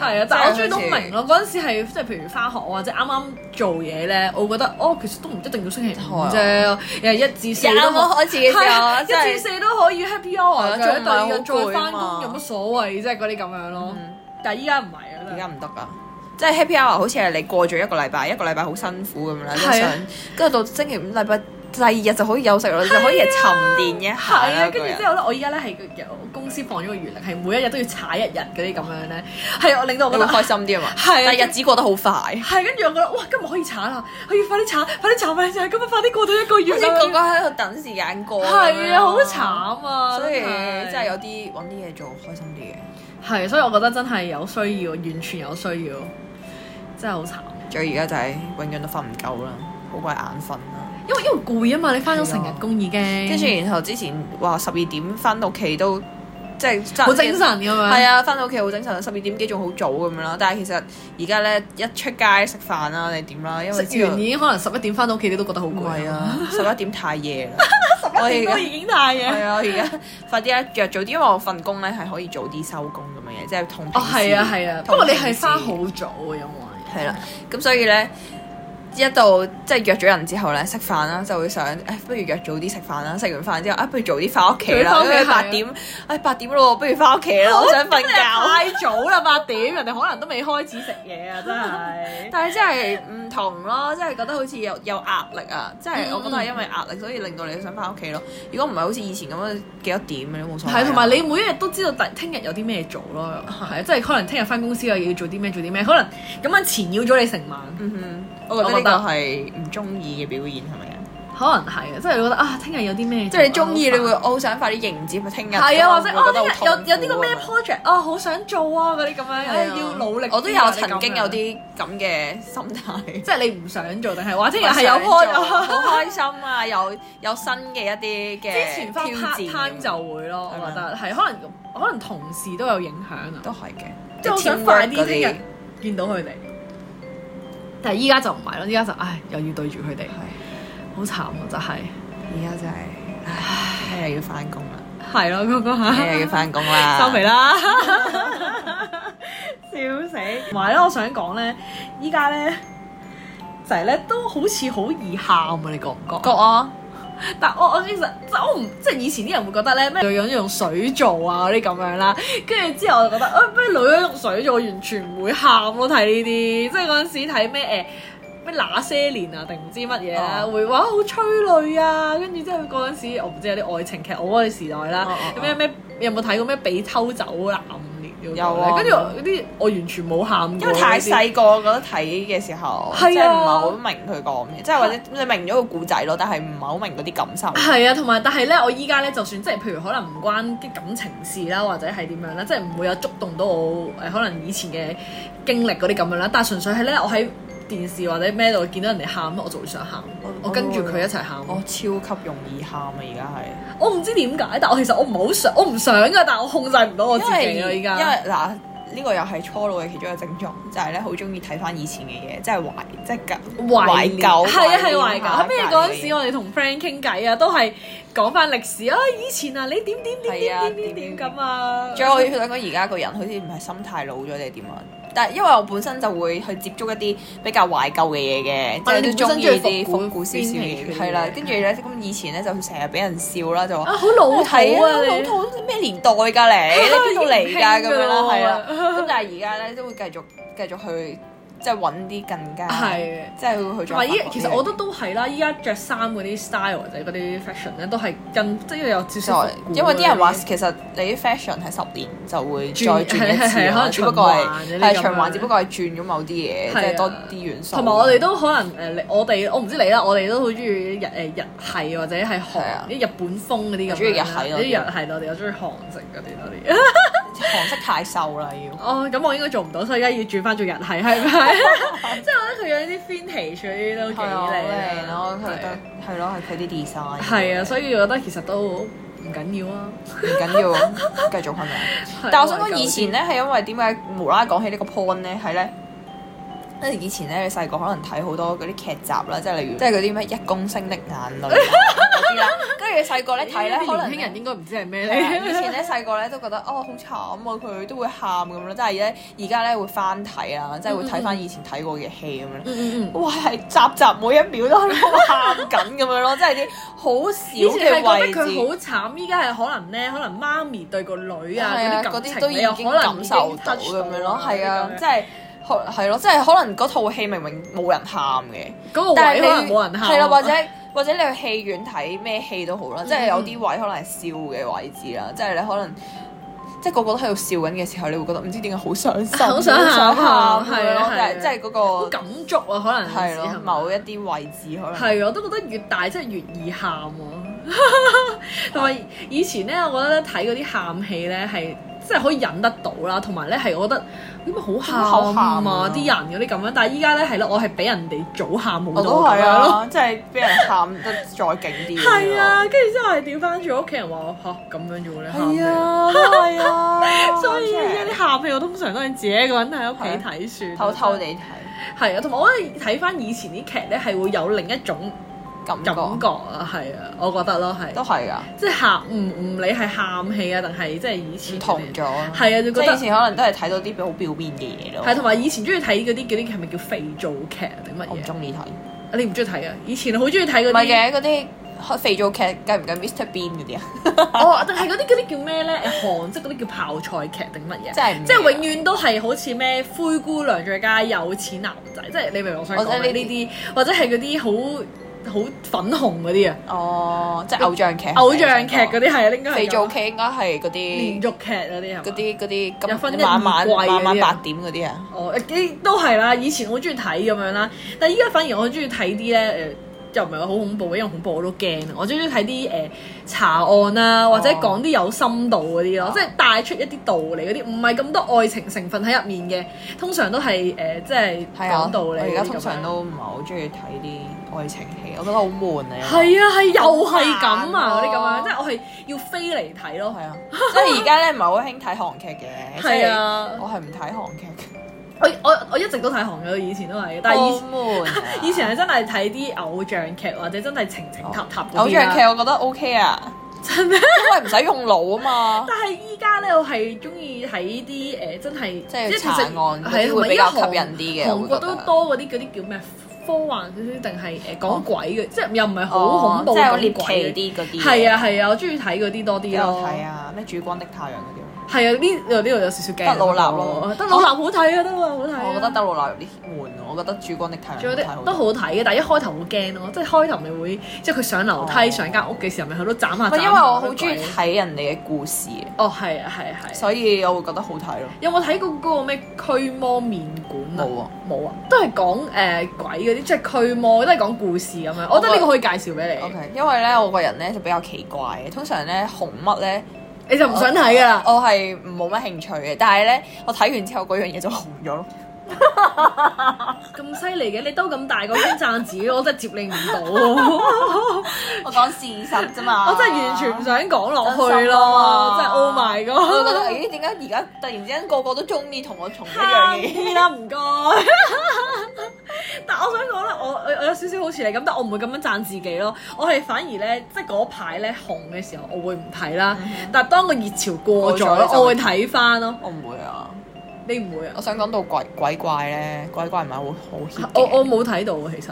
Speaker 1: 係啊，但係我最都
Speaker 2: 即係好似
Speaker 1: 明咯。嗰陣時係即係譬如翻學或者啱啱做嘢咧，我覺得哦，其實都唔一定要星期
Speaker 2: 啊
Speaker 1: 五啫，又係一至四
Speaker 2: 又啱
Speaker 1: 都
Speaker 2: 啱
Speaker 1: 可
Speaker 2: 開始嘅時
Speaker 1: 係啊
Speaker 2: 候，
Speaker 1: 一
Speaker 2: 真
Speaker 1: 至
Speaker 2: 係
Speaker 1: 四都可以 happy hour
Speaker 2: 係啊
Speaker 1: 嘅，
Speaker 2: 仲唔
Speaker 1: 第二日
Speaker 2: 係好
Speaker 1: 再翻
Speaker 2: 攰嘛
Speaker 1: 工有乜所謂啫？嗰啲咁樣咯。但係依家唔係啊，
Speaker 2: 而
Speaker 1: 真係
Speaker 2: 家唔得啊！即係 happy hour 好似係你過咗一個禮拜，一個禮拜好辛苦咁樣啦，即係
Speaker 1: 係啊
Speaker 2: 想跟住到星期五禮拜第二日就可以休息咯，你就可以沉澱一
Speaker 1: 啊係
Speaker 2: 下啦
Speaker 1: 啊，
Speaker 2: 個
Speaker 1: 跟住
Speaker 2: 人
Speaker 1: 之。後咧，我依家咧係由公司放咗個原力，係每一日都要踩一日嗰啲咁樣咧，係我令到我
Speaker 2: 你
Speaker 1: 覺
Speaker 2: 會
Speaker 1: 得
Speaker 2: 開心啲啊嘛，
Speaker 1: 係啊
Speaker 2: 但係日子過得好快。
Speaker 1: 係，跟住我覺得哇，今日可以踩啦，我要快啲踩，快啲踩，快啲踩，今日快啲過到一個
Speaker 2: 好
Speaker 1: 月
Speaker 2: 似個個
Speaker 1: 啦。
Speaker 2: 喺度等時間過。
Speaker 1: 係啊，好。慘啊！
Speaker 2: 所以
Speaker 1: 真
Speaker 2: 真
Speaker 1: 係
Speaker 2: 係有啲揾啲嘢做開心啲嘅。
Speaker 1: 係，所以我覺得真係有需要，完全有需要，真係好慘。
Speaker 2: 最而家就係永遠都瞓唔夠啦，好鬼眼瞓啦。
Speaker 1: 因為因為攰啊嘛，你翻咗成日工已經，
Speaker 2: 跟住然後之前話十二點翻到屋企都即係
Speaker 1: 好精神咁樣。
Speaker 2: 係啊，翻到屋企好精神，十二點幾仲好早咁樣啦。但係其實而家咧一出街食飯啦，你點啦？因為
Speaker 1: 食完已經可能十一點翻到屋企，你都覺得好
Speaker 2: 唔
Speaker 1: 攰。
Speaker 2: 係啊，十一點太夜啦。
Speaker 1: [LAUGHS] 十一點
Speaker 2: 我而
Speaker 1: 都
Speaker 2: 家
Speaker 1: 已經太
Speaker 2: 係
Speaker 1: 夜。
Speaker 2: 啊，我而家快啲咧約早啲，因為我份工咧係可以早啲收工咁樣嘅，即係同
Speaker 1: 哦，係啊，係
Speaker 2: 係
Speaker 1: 啊，不過你係翻
Speaker 2: 翻
Speaker 1: 好早啊，因為
Speaker 2: 係啦，咁所以咧一到即係約咗人之後咧食飯啦，就會想誒、唉不如約早啲食飯啦，食完飯之後啊不如早啲翻屋企
Speaker 1: 早
Speaker 2: 啦，
Speaker 1: 啲返屋企
Speaker 2: 因為
Speaker 1: 係啊
Speaker 2: 八點誒八點咯，不如翻屋企啦，我想瞓覺。
Speaker 1: 太早啦，八點，人哋可能都未開始食嘢啊，真係。
Speaker 2: 但係真係唔同咯，真係覺得好似有有壓力啊！即係
Speaker 1: 嗯
Speaker 2: 我覺得係因為壓力，所以令到你想翻屋企咯。如果唔係好似以前咁樣幾多點嘅都冇所謂啊。
Speaker 1: 係，同埋你每一日都知道第聽日有啲咩做咯，係即係可能聽日翻公司又要做啲咩做啲咩，可能咁樣纏繞咗你成晚，
Speaker 2: 嗯哼，我覺得呢個係唔中意嘅表現係咪啊？
Speaker 1: 可能係啊，即係你覺得啊，聽日有啲咩做啊，
Speaker 2: 即係你中意，你
Speaker 1: 好
Speaker 2: 會
Speaker 1: 煩
Speaker 2: 我好想快啲迎接聽日。
Speaker 1: 係啊，或者
Speaker 2: 我
Speaker 1: 哦，
Speaker 2: 會
Speaker 1: 聽
Speaker 2: 覺得
Speaker 1: 日有有呢個咩
Speaker 2: 好
Speaker 1: project 啊，好想做啊嗰啲咁樣，
Speaker 2: 痛苦啊
Speaker 1: 唉要努力啲啊。
Speaker 2: 我都有曾
Speaker 1: 你
Speaker 2: 經
Speaker 1: 咁樣
Speaker 2: 有，啲啊咁嘅心 [LAUGHS] 態。
Speaker 1: 即係你唔想做，定係話聽日
Speaker 2: 係
Speaker 1: 係有
Speaker 2: [LAUGHS]
Speaker 1: project。
Speaker 2: 好開心啊！有有新嘅一啲
Speaker 1: [LAUGHS]
Speaker 2: 嘅
Speaker 1: 之前翻
Speaker 2: 挑
Speaker 1: part
Speaker 2: 戰
Speaker 1: time 就會咯，
Speaker 2: 係
Speaker 1: 我
Speaker 2: 咪
Speaker 1: 覺得係可能可能同事都有影響啊，
Speaker 2: 都係嘅，
Speaker 1: 即係我想
Speaker 2: teamwork
Speaker 1: 快啲
Speaker 2: 嗰
Speaker 1: 聽日見到佢哋。但係依家就唔係咯，依家就唉又要對住佢哋，
Speaker 2: 係。
Speaker 1: 好慘啊！就係
Speaker 2: 而家就係、唉，又要翻工啦，
Speaker 1: 係咯，嗰個
Speaker 2: 你又要翻工啦，
Speaker 1: 收皮啦，笑死！同埋咧，我想講咧，依家咧就係咧都好似好易喊啊！你覺唔覺？
Speaker 2: 覺啊，
Speaker 1: 但我我其實即係我唔即係以前啲人會覺得咧咩女人用水做啊嗰啲咁樣啦，跟住之後我就覺得啊咩女人用水做，我完全唔會喊咯睇呢啲，即係嗰陣時睇咩誒咩那些年啊定唔知乜嘢啦，
Speaker 2: 哦
Speaker 1: 會話好催淚啊，跟住之後嗰陣時我唔知有啲愛情劇我嗰個時代啦
Speaker 2: 哦哦，哦
Speaker 1: 咩咩有冇睇過咩被偷走男年嗰個咧
Speaker 2: 有啊
Speaker 1: 跟住我嗰啲我完全冇喊過，
Speaker 2: 因為太細個覺得睇嘅時候，
Speaker 1: 係啊
Speaker 2: 即係唔係好明佢講嘅，即係或者你明咗個故仔咯，但係唔係好明嗰啲感受。
Speaker 1: 係啊，同埋但係咧，我依家咧，就算即係譬如可能唔關啲感情事啦，或者係點樣啦，即係唔會有觸動到我誒、可能以前嘅經歷嗰啲咁樣啦。但係純粹係咧，我喺電視或者咩度見到人哋喊，我就會想喊，我我跟住佢一齊喊。
Speaker 2: 我超級容易喊啊！而家
Speaker 1: 我唔知點解，但我其實我唔好想，我唔想噶，但我控制唔到我自
Speaker 2: 係，
Speaker 1: 己
Speaker 2: 因
Speaker 1: 咯。
Speaker 2: 為
Speaker 1: 依
Speaker 2: 因
Speaker 1: 家
Speaker 2: 為嗱，呢個又係初老嘅其中一個症狀，就係咧好中意睇翻以前嘅嘢，即係懷即係舊
Speaker 1: 懷
Speaker 2: 舊，
Speaker 1: 係啊係懷
Speaker 2: 念下
Speaker 1: 舊。咩嗰陣
Speaker 2: 舊嘅嘢
Speaker 1: 時，我哋同 friend 傾偈啊，都係講翻歷史啊，以前啊，你點點點
Speaker 2: 係啊
Speaker 1: 點點點點
Speaker 2: 點
Speaker 1: 咁啊。
Speaker 2: 仲有我想講而家個人好似唔係心態老咗定係點啊？但係因為我本身就會去接觸一啲比較懷舊嘅嘢嘅，即
Speaker 1: 啊
Speaker 2: 係
Speaker 1: 你
Speaker 2: 都中意
Speaker 1: 本
Speaker 2: 啲
Speaker 1: 身中意復古
Speaker 2: 復古少少
Speaker 1: 邊皮
Speaker 2: 嘅，
Speaker 1: 嘅
Speaker 2: 係啦
Speaker 1: 嘢。
Speaker 2: 跟住咧，咁以前咧就成日俾人笑啦，就話
Speaker 1: 啊，好老土
Speaker 2: 睇
Speaker 1: 啊
Speaker 2: 老
Speaker 1: 你。
Speaker 2: 土咩年代
Speaker 1: [LAUGHS]
Speaker 2: 㗎你？你邊度嚟㗎咁
Speaker 1: 已經興
Speaker 2: 樣啦，
Speaker 1: 㗎啦
Speaker 2: 係啦。咁但係而家咧都會繼續繼續去即係揾啲更
Speaker 1: 啊
Speaker 2: 加
Speaker 1: 係
Speaker 2: 即係會去
Speaker 1: 同埋
Speaker 2: 再發
Speaker 1: 依
Speaker 2: 掘呢樣嘢。
Speaker 1: 其實我覺得都係啦，依家着衫嗰啲 style 或者嗰啲 fashion 咧，都係跟即係有少少復古
Speaker 2: 因為啲人話
Speaker 1: 嗰啲
Speaker 2: 其實你啲 fashion 係十年就會再
Speaker 1: 轉
Speaker 2: 轉一次
Speaker 1: 係係係可
Speaker 2: 咯，
Speaker 1: 能
Speaker 2: 只不過
Speaker 1: 循環嗰啲咁
Speaker 2: 係係
Speaker 1: 樣
Speaker 2: 循環，只不過係轉咗某啲嘢，即
Speaker 1: 係啊
Speaker 2: 係多啲元素。
Speaker 1: 同埋我哋都可能誒、呃你我哋我唔知你啦，我哋都好中意日誒日系或者係韓
Speaker 2: 係啊
Speaker 1: 啲日本風嗰啲咁樣啦。
Speaker 2: 我中意日系多
Speaker 1: 啲
Speaker 2: 啲
Speaker 1: 日系多啲，我中意韓式嗰啲多啲。 [LAUGHS]
Speaker 2: 韓式太瘦啦，要
Speaker 1: 哦，咁我應該做唔到，所以而家要轉翻做日系，係咪？即
Speaker 2: 啊
Speaker 1: 係我覺得佢有啲 vintage 嗰啲都幾
Speaker 2: 係啊好靚
Speaker 1: 靚
Speaker 2: 咯，佢
Speaker 1: 係啊
Speaker 2: 得係咯，係佢啲 design
Speaker 1: 係啊，所以我覺得其實都唔緊要啊。
Speaker 2: 唔緊要，繼續係
Speaker 1: [LAUGHS]
Speaker 2: 咪？啊但係我想講以前咧係因為點解無啦啦講起呢個 point 咧係咧？因為以前咧，你細個可能睇好多嗰啲劇集啦，即係例如即係嗰啲咩一公升的眼淚啊
Speaker 1: [LAUGHS]
Speaker 2: 嗰啲啦，跟住你細個咧睇咧，可
Speaker 1: 年
Speaker 2: 能
Speaker 1: 輕人應該唔知係咩
Speaker 2: 係啊以
Speaker 1: 嚟。
Speaker 2: 前咧細個咧都覺得哦好慘啊，佢都會喊咁咯，但係咧而家咧會翻睇啦，即係會睇翻以前睇過嘅戲咁樣。
Speaker 1: 嗯嗯嗯。
Speaker 2: 哇！係集集每一秒都喺度喊緊咁樣咯，即係啲好
Speaker 1: 以
Speaker 2: 少
Speaker 1: 前係
Speaker 2: 嘅位
Speaker 1: 覺得佢
Speaker 2: 置。
Speaker 1: 好慘，依家係可能咧，可能媽咪對個女啊
Speaker 2: 係啊，
Speaker 1: 嗰啲
Speaker 2: 嗰
Speaker 1: 感
Speaker 2: 啲
Speaker 1: 情，
Speaker 2: 都
Speaker 1: 你
Speaker 2: 已
Speaker 1: 又
Speaker 2: 經
Speaker 1: 可能
Speaker 2: 感
Speaker 1: 已
Speaker 2: 受
Speaker 1: 經
Speaker 2: 到
Speaker 1: touch
Speaker 2: 咁樣咯，係啊，
Speaker 1: 咁樣
Speaker 2: 即係可係咯，即係可能嗰套戲明明冇人喊嘅，
Speaker 1: 嗰個
Speaker 2: 但
Speaker 1: 位
Speaker 2: 係你
Speaker 1: 可能冇人喊，啊
Speaker 2: 係啦，或者或者你去戲院睇咩戲都好
Speaker 1: 嗯
Speaker 2: 啦，即係有啲位可能係笑嘅位置啦，即係你可能即係個個都喺度笑緊嘅時候，你會覺得唔知點解好傷心，
Speaker 1: [LAUGHS] 好想
Speaker 2: 想
Speaker 1: 喊
Speaker 2: 喊咁樣
Speaker 1: 係啊
Speaker 2: 咯，
Speaker 1: 係
Speaker 2: 即
Speaker 1: 啊
Speaker 2: 係即係嗰
Speaker 1: 好
Speaker 2: 個
Speaker 1: 感觸啊，可能
Speaker 2: 係咯
Speaker 1: 係，咪
Speaker 2: 某一啲位置可能
Speaker 1: 係，我都覺得越大真係越易喊
Speaker 2: [LAUGHS]
Speaker 1: 喎。同埋以前咧，我覺得睇嗰啲喊戲咧係真係可以忍得到啦，同埋咧係我覺得點解好喊
Speaker 2: 好喊
Speaker 1: 啊
Speaker 2: 啊
Speaker 1: 啲人嗰啲咁樣，但係依家咧係咯，我係比人哋早喊好
Speaker 2: 我都
Speaker 1: 多咁樣
Speaker 2: 係
Speaker 1: 咯。
Speaker 2: 啊，即係俾人喊得再勁啲。
Speaker 1: 係啊，跟住之後係調翻轉屋企人話我嚇咁樣啫喎，你喊
Speaker 2: 係
Speaker 1: 咩？
Speaker 2: 啊，係 [LAUGHS] 啊，
Speaker 1: 所以
Speaker 2: 真
Speaker 1: 依
Speaker 2: 係
Speaker 1: 家啲喊戲我通常都係自己一個人喺屋
Speaker 2: 啊
Speaker 1: 企睇算，
Speaker 2: 偷偷地睇
Speaker 1: 係啊，同埋我覺得睇翻以前啲劇咧係會有另一種
Speaker 2: 感
Speaker 1: 感
Speaker 2: 覺
Speaker 1: 覺啊，係啊，我覺得咯係
Speaker 2: 都。係啊噶，
Speaker 1: 即係喊唔唔理係喊戲啊，定係即係以前
Speaker 2: 唔同咗。
Speaker 1: 係啊，就
Speaker 2: 即
Speaker 1: 覺
Speaker 2: 係以
Speaker 1: 得
Speaker 2: 前可能都係睇到啲好表面嘅嘢咯。
Speaker 1: 係同埋以前中意睇嗰啲嗰啲係咪叫肥皂劇啊定乜
Speaker 2: 我唔
Speaker 1: 嘢？
Speaker 2: 中意睇。
Speaker 1: 你唔中意睇啊？以前好中意睇嗰
Speaker 2: 唔
Speaker 1: 啲，
Speaker 2: 係嘅，嗰啲肥皂劇計唔計 Mr Bean 嗰 [LAUGHS] 啲啊？
Speaker 1: [LAUGHS] 哦，定係嗰啲嗰啲叫咩咧？誒韓式嗰啲叫泡菜劇定乜嘢？
Speaker 2: 真係唔
Speaker 1: 即係
Speaker 2: 明啊
Speaker 1: 永遠都係好似咩灰姑娘再加有錢男仔，即係你明唔明我想講
Speaker 2: 或者
Speaker 1: 咩
Speaker 2: 呢
Speaker 1: 呢
Speaker 2: 啲
Speaker 1: 啲，或者係嗰啲好好粉紅嗰啲啊，
Speaker 2: 哦，即係偶像劇。
Speaker 1: 偶像劇嗰啲係啊應該係
Speaker 2: 肥皂
Speaker 1: 咁
Speaker 2: 劇應該係嗰
Speaker 1: 連
Speaker 2: 啲
Speaker 1: 續劇嗰啲係嘛
Speaker 2: 嗰啲嗰
Speaker 1: 有
Speaker 2: 啲
Speaker 1: 分一
Speaker 2: 咁晚晚
Speaker 1: 二季嗰啲啊
Speaker 2: 晚晚八點嗰啲啊。
Speaker 1: 哦，誒都係啦，以前我好中意睇咁樣啦，但係依家反而我中意睇啲咧誒，又唔係話好恐怖嘅，因為恐怖我都驚啊。我中意睇啲誒查案啦，或者
Speaker 2: 哦
Speaker 1: 講啲有深度嗰啲咯，
Speaker 2: 哦
Speaker 1: 即係帶出一啲道理嗰啲，唔係咁多愛情成分喺入面嘅，通常都係誒、即係
Speaker 2: 係啊，
Speaker 1: 講道
Speaker 2: 我
Speaker 1: 理嗰啲咁樣。
Speaker 2: 而家通常都唔係好中意睇啲愛情戲，我覺得好悶啊。因為
Speaker 1: 係啊，係又係咁啊，嗰
Speaker 2: 好
Speaker 1: 啲咁
Speaker 2: 煩
Speaker 1: 樣，
Speaker 2: 啊
Speaker 1: 即係我係要飛嚟睇咯。
Speaker 2: 係啊，即係而家咧唔係好興睇
Speaker 1: [LAUGHS]
Speaker 2: 韓劇嘅，即
Speaker 1: 係
Speaker 2: 係
Speaker 1: 啊
Speaker 2: 我係唔睇韓劇嘅，
Speaker 1: 我我我一直都睇韓劇，以前都係， [LAUGHS] 但係以前
Speaker 2: 好悶啊
Speaker 1: [LAUGHS] 以前係真係睇啲偶像劇或者真係情情塔塔嗰啲啦
Speaker 2: 偶像劇，我覺得 OK 啊，
Speaker 1: [LAUGHS] 真咩？
Speaker 2: 因為唔使用腦啊嘛，
Speaker 1: 但係依家咧，我係中意睇啲誒真係
Speaker 2: 即係
Speaker 1: 其實
Speaker 2: 查案
Speaker 1: 係啊
Speaker 2: 嗰啲
Speaker 1: 同埋
Speaker 2: 會
Speaker 1: 依
Speaker 2: 比較
Speaker 1: 家韓
Speaker 2: 吸引啲嘅
Speaker 1: 韓國
Speaker 2: 我覺
Speaker 1: 都
Speaker 2: 得
Speaker 1: 多嗰啲嗰啲叫咩科幻少少定係呃誒講
Speaker 2: 哦
Speaker 1: 鬼嘅，即係又唔係好恐怖
Speaker 2: 哦即係有
Speaker 1: 講
Speaker 2: 獵奇
Speaker 1: 鬼嘅。
Speaker 2: 啲嗰啲，
Speaker 1: 係啊，係啊，我中意睇嗰啲多
Speaker 2: 幾
Speaker 1: 啲
Speaker 2: 好
Speaker 1: 咯。
Speaker 2: 睇啊，咩主光的太陽嗰啲，
Speaker 1: 係啊，呢度呢度有少少驚。啊
Speaker 2: 德魯納咯哦
Speaker 1: 德魯納好睇啊，德魯納好睇啊。
Speaker 2: 我覺得《德魯納》有啲悶，啊我覺得主光的太陽
Speaker 1: 仲有
Speaker 2: 好睇好
Speaker 1: 啲
Speaker 2: 多
Speaker 1: 都好睇嘅，但係一開頭好驚咯，即係開頭咪會，即係佢上樓梯
Speaker 2: 哦
Speaker 1: 上間屋嘅時候，咪佢都斬下
Speaker 2: 唔
Speaker 1: 斬
Speaker 2: 係
Speaker 1: 下
Speaker 2: 因為我好
Speaker 1: 嗰啲
Speaker 2: 中意
Speaker 1: 鬼
Speaker 2: 睇人哋嘅故事，
Speaker 1: 哦，係啊，係啊係啊。
Speaker 2: 所以我會覺得好睇咯。
Speaker 1: 有冇睇過嗰個咩驅魔麵館啊？
Speaker 2: 冇啊，
Speaker 1: 冇啊，都係講誒鬼嗰啲，即係驅魔，都係講故事咁樣。我覺得呢個可以介紹俾你，
Speaker 2: OK，因為咧我個人咧就比較奇怪嘅，通常咧紅乜咧。
Speaker 1: 你就唔想睇啊噶啦。
Speaker 2: 我係冇乜興趣嘅，但係咧，我睇完之後嗰樣嘢就紅咗咯。
Speaker 1: 咁犀利嘅，你兜咁大個圈讚自己，我真係接你唔
Speaker 2: [LAUGHS]
Speaker 1: 到喎。
Speaker 2: 我講事實啫
Speaker 1: [LAUGHS]
Speaker 2: 嘛，
Speaker 1: 我真係完全唔想講落
Speaker 2: 真
Speaker 1: 去
Speaker 2: 心啊
Speaker 1: 咯，
Speaker 2: 嘛
Speaker 1: 真係 Oh my
Speaker 2: 我都覺得
Speaker 1: god！
Speaker 2: 咦，點解而家突然之間個個都中意同我同一樣
Speaker 1: 慳
Speaker 2: 嘢？
Speaker 1: 啲啦，唔該。 [LAUGHS] 但我想講咧，我我我有少少好似你咁，但我唔會咁樣讚自己咯。我係反而咧，即係嗰排咧紅嘅時候，我會唔睇啦。但係當個熱潮嗯過咗
Speaker 2: 過咗
Speaker 1: 咯
Speaker 2: 你，就
Speaker 1: 我會睇翻咯。
Speaker 2: [LAUGHS] 我唔會啊！
Speaker 1: 你唔會啊
Speaker 2: 我？想講到鬼鬼怪咧，鬼怪唔係好好 hit
Speaker 1: 我
Speaker 2: 嘅。
Speaker 1: 我冇睇到啊，其實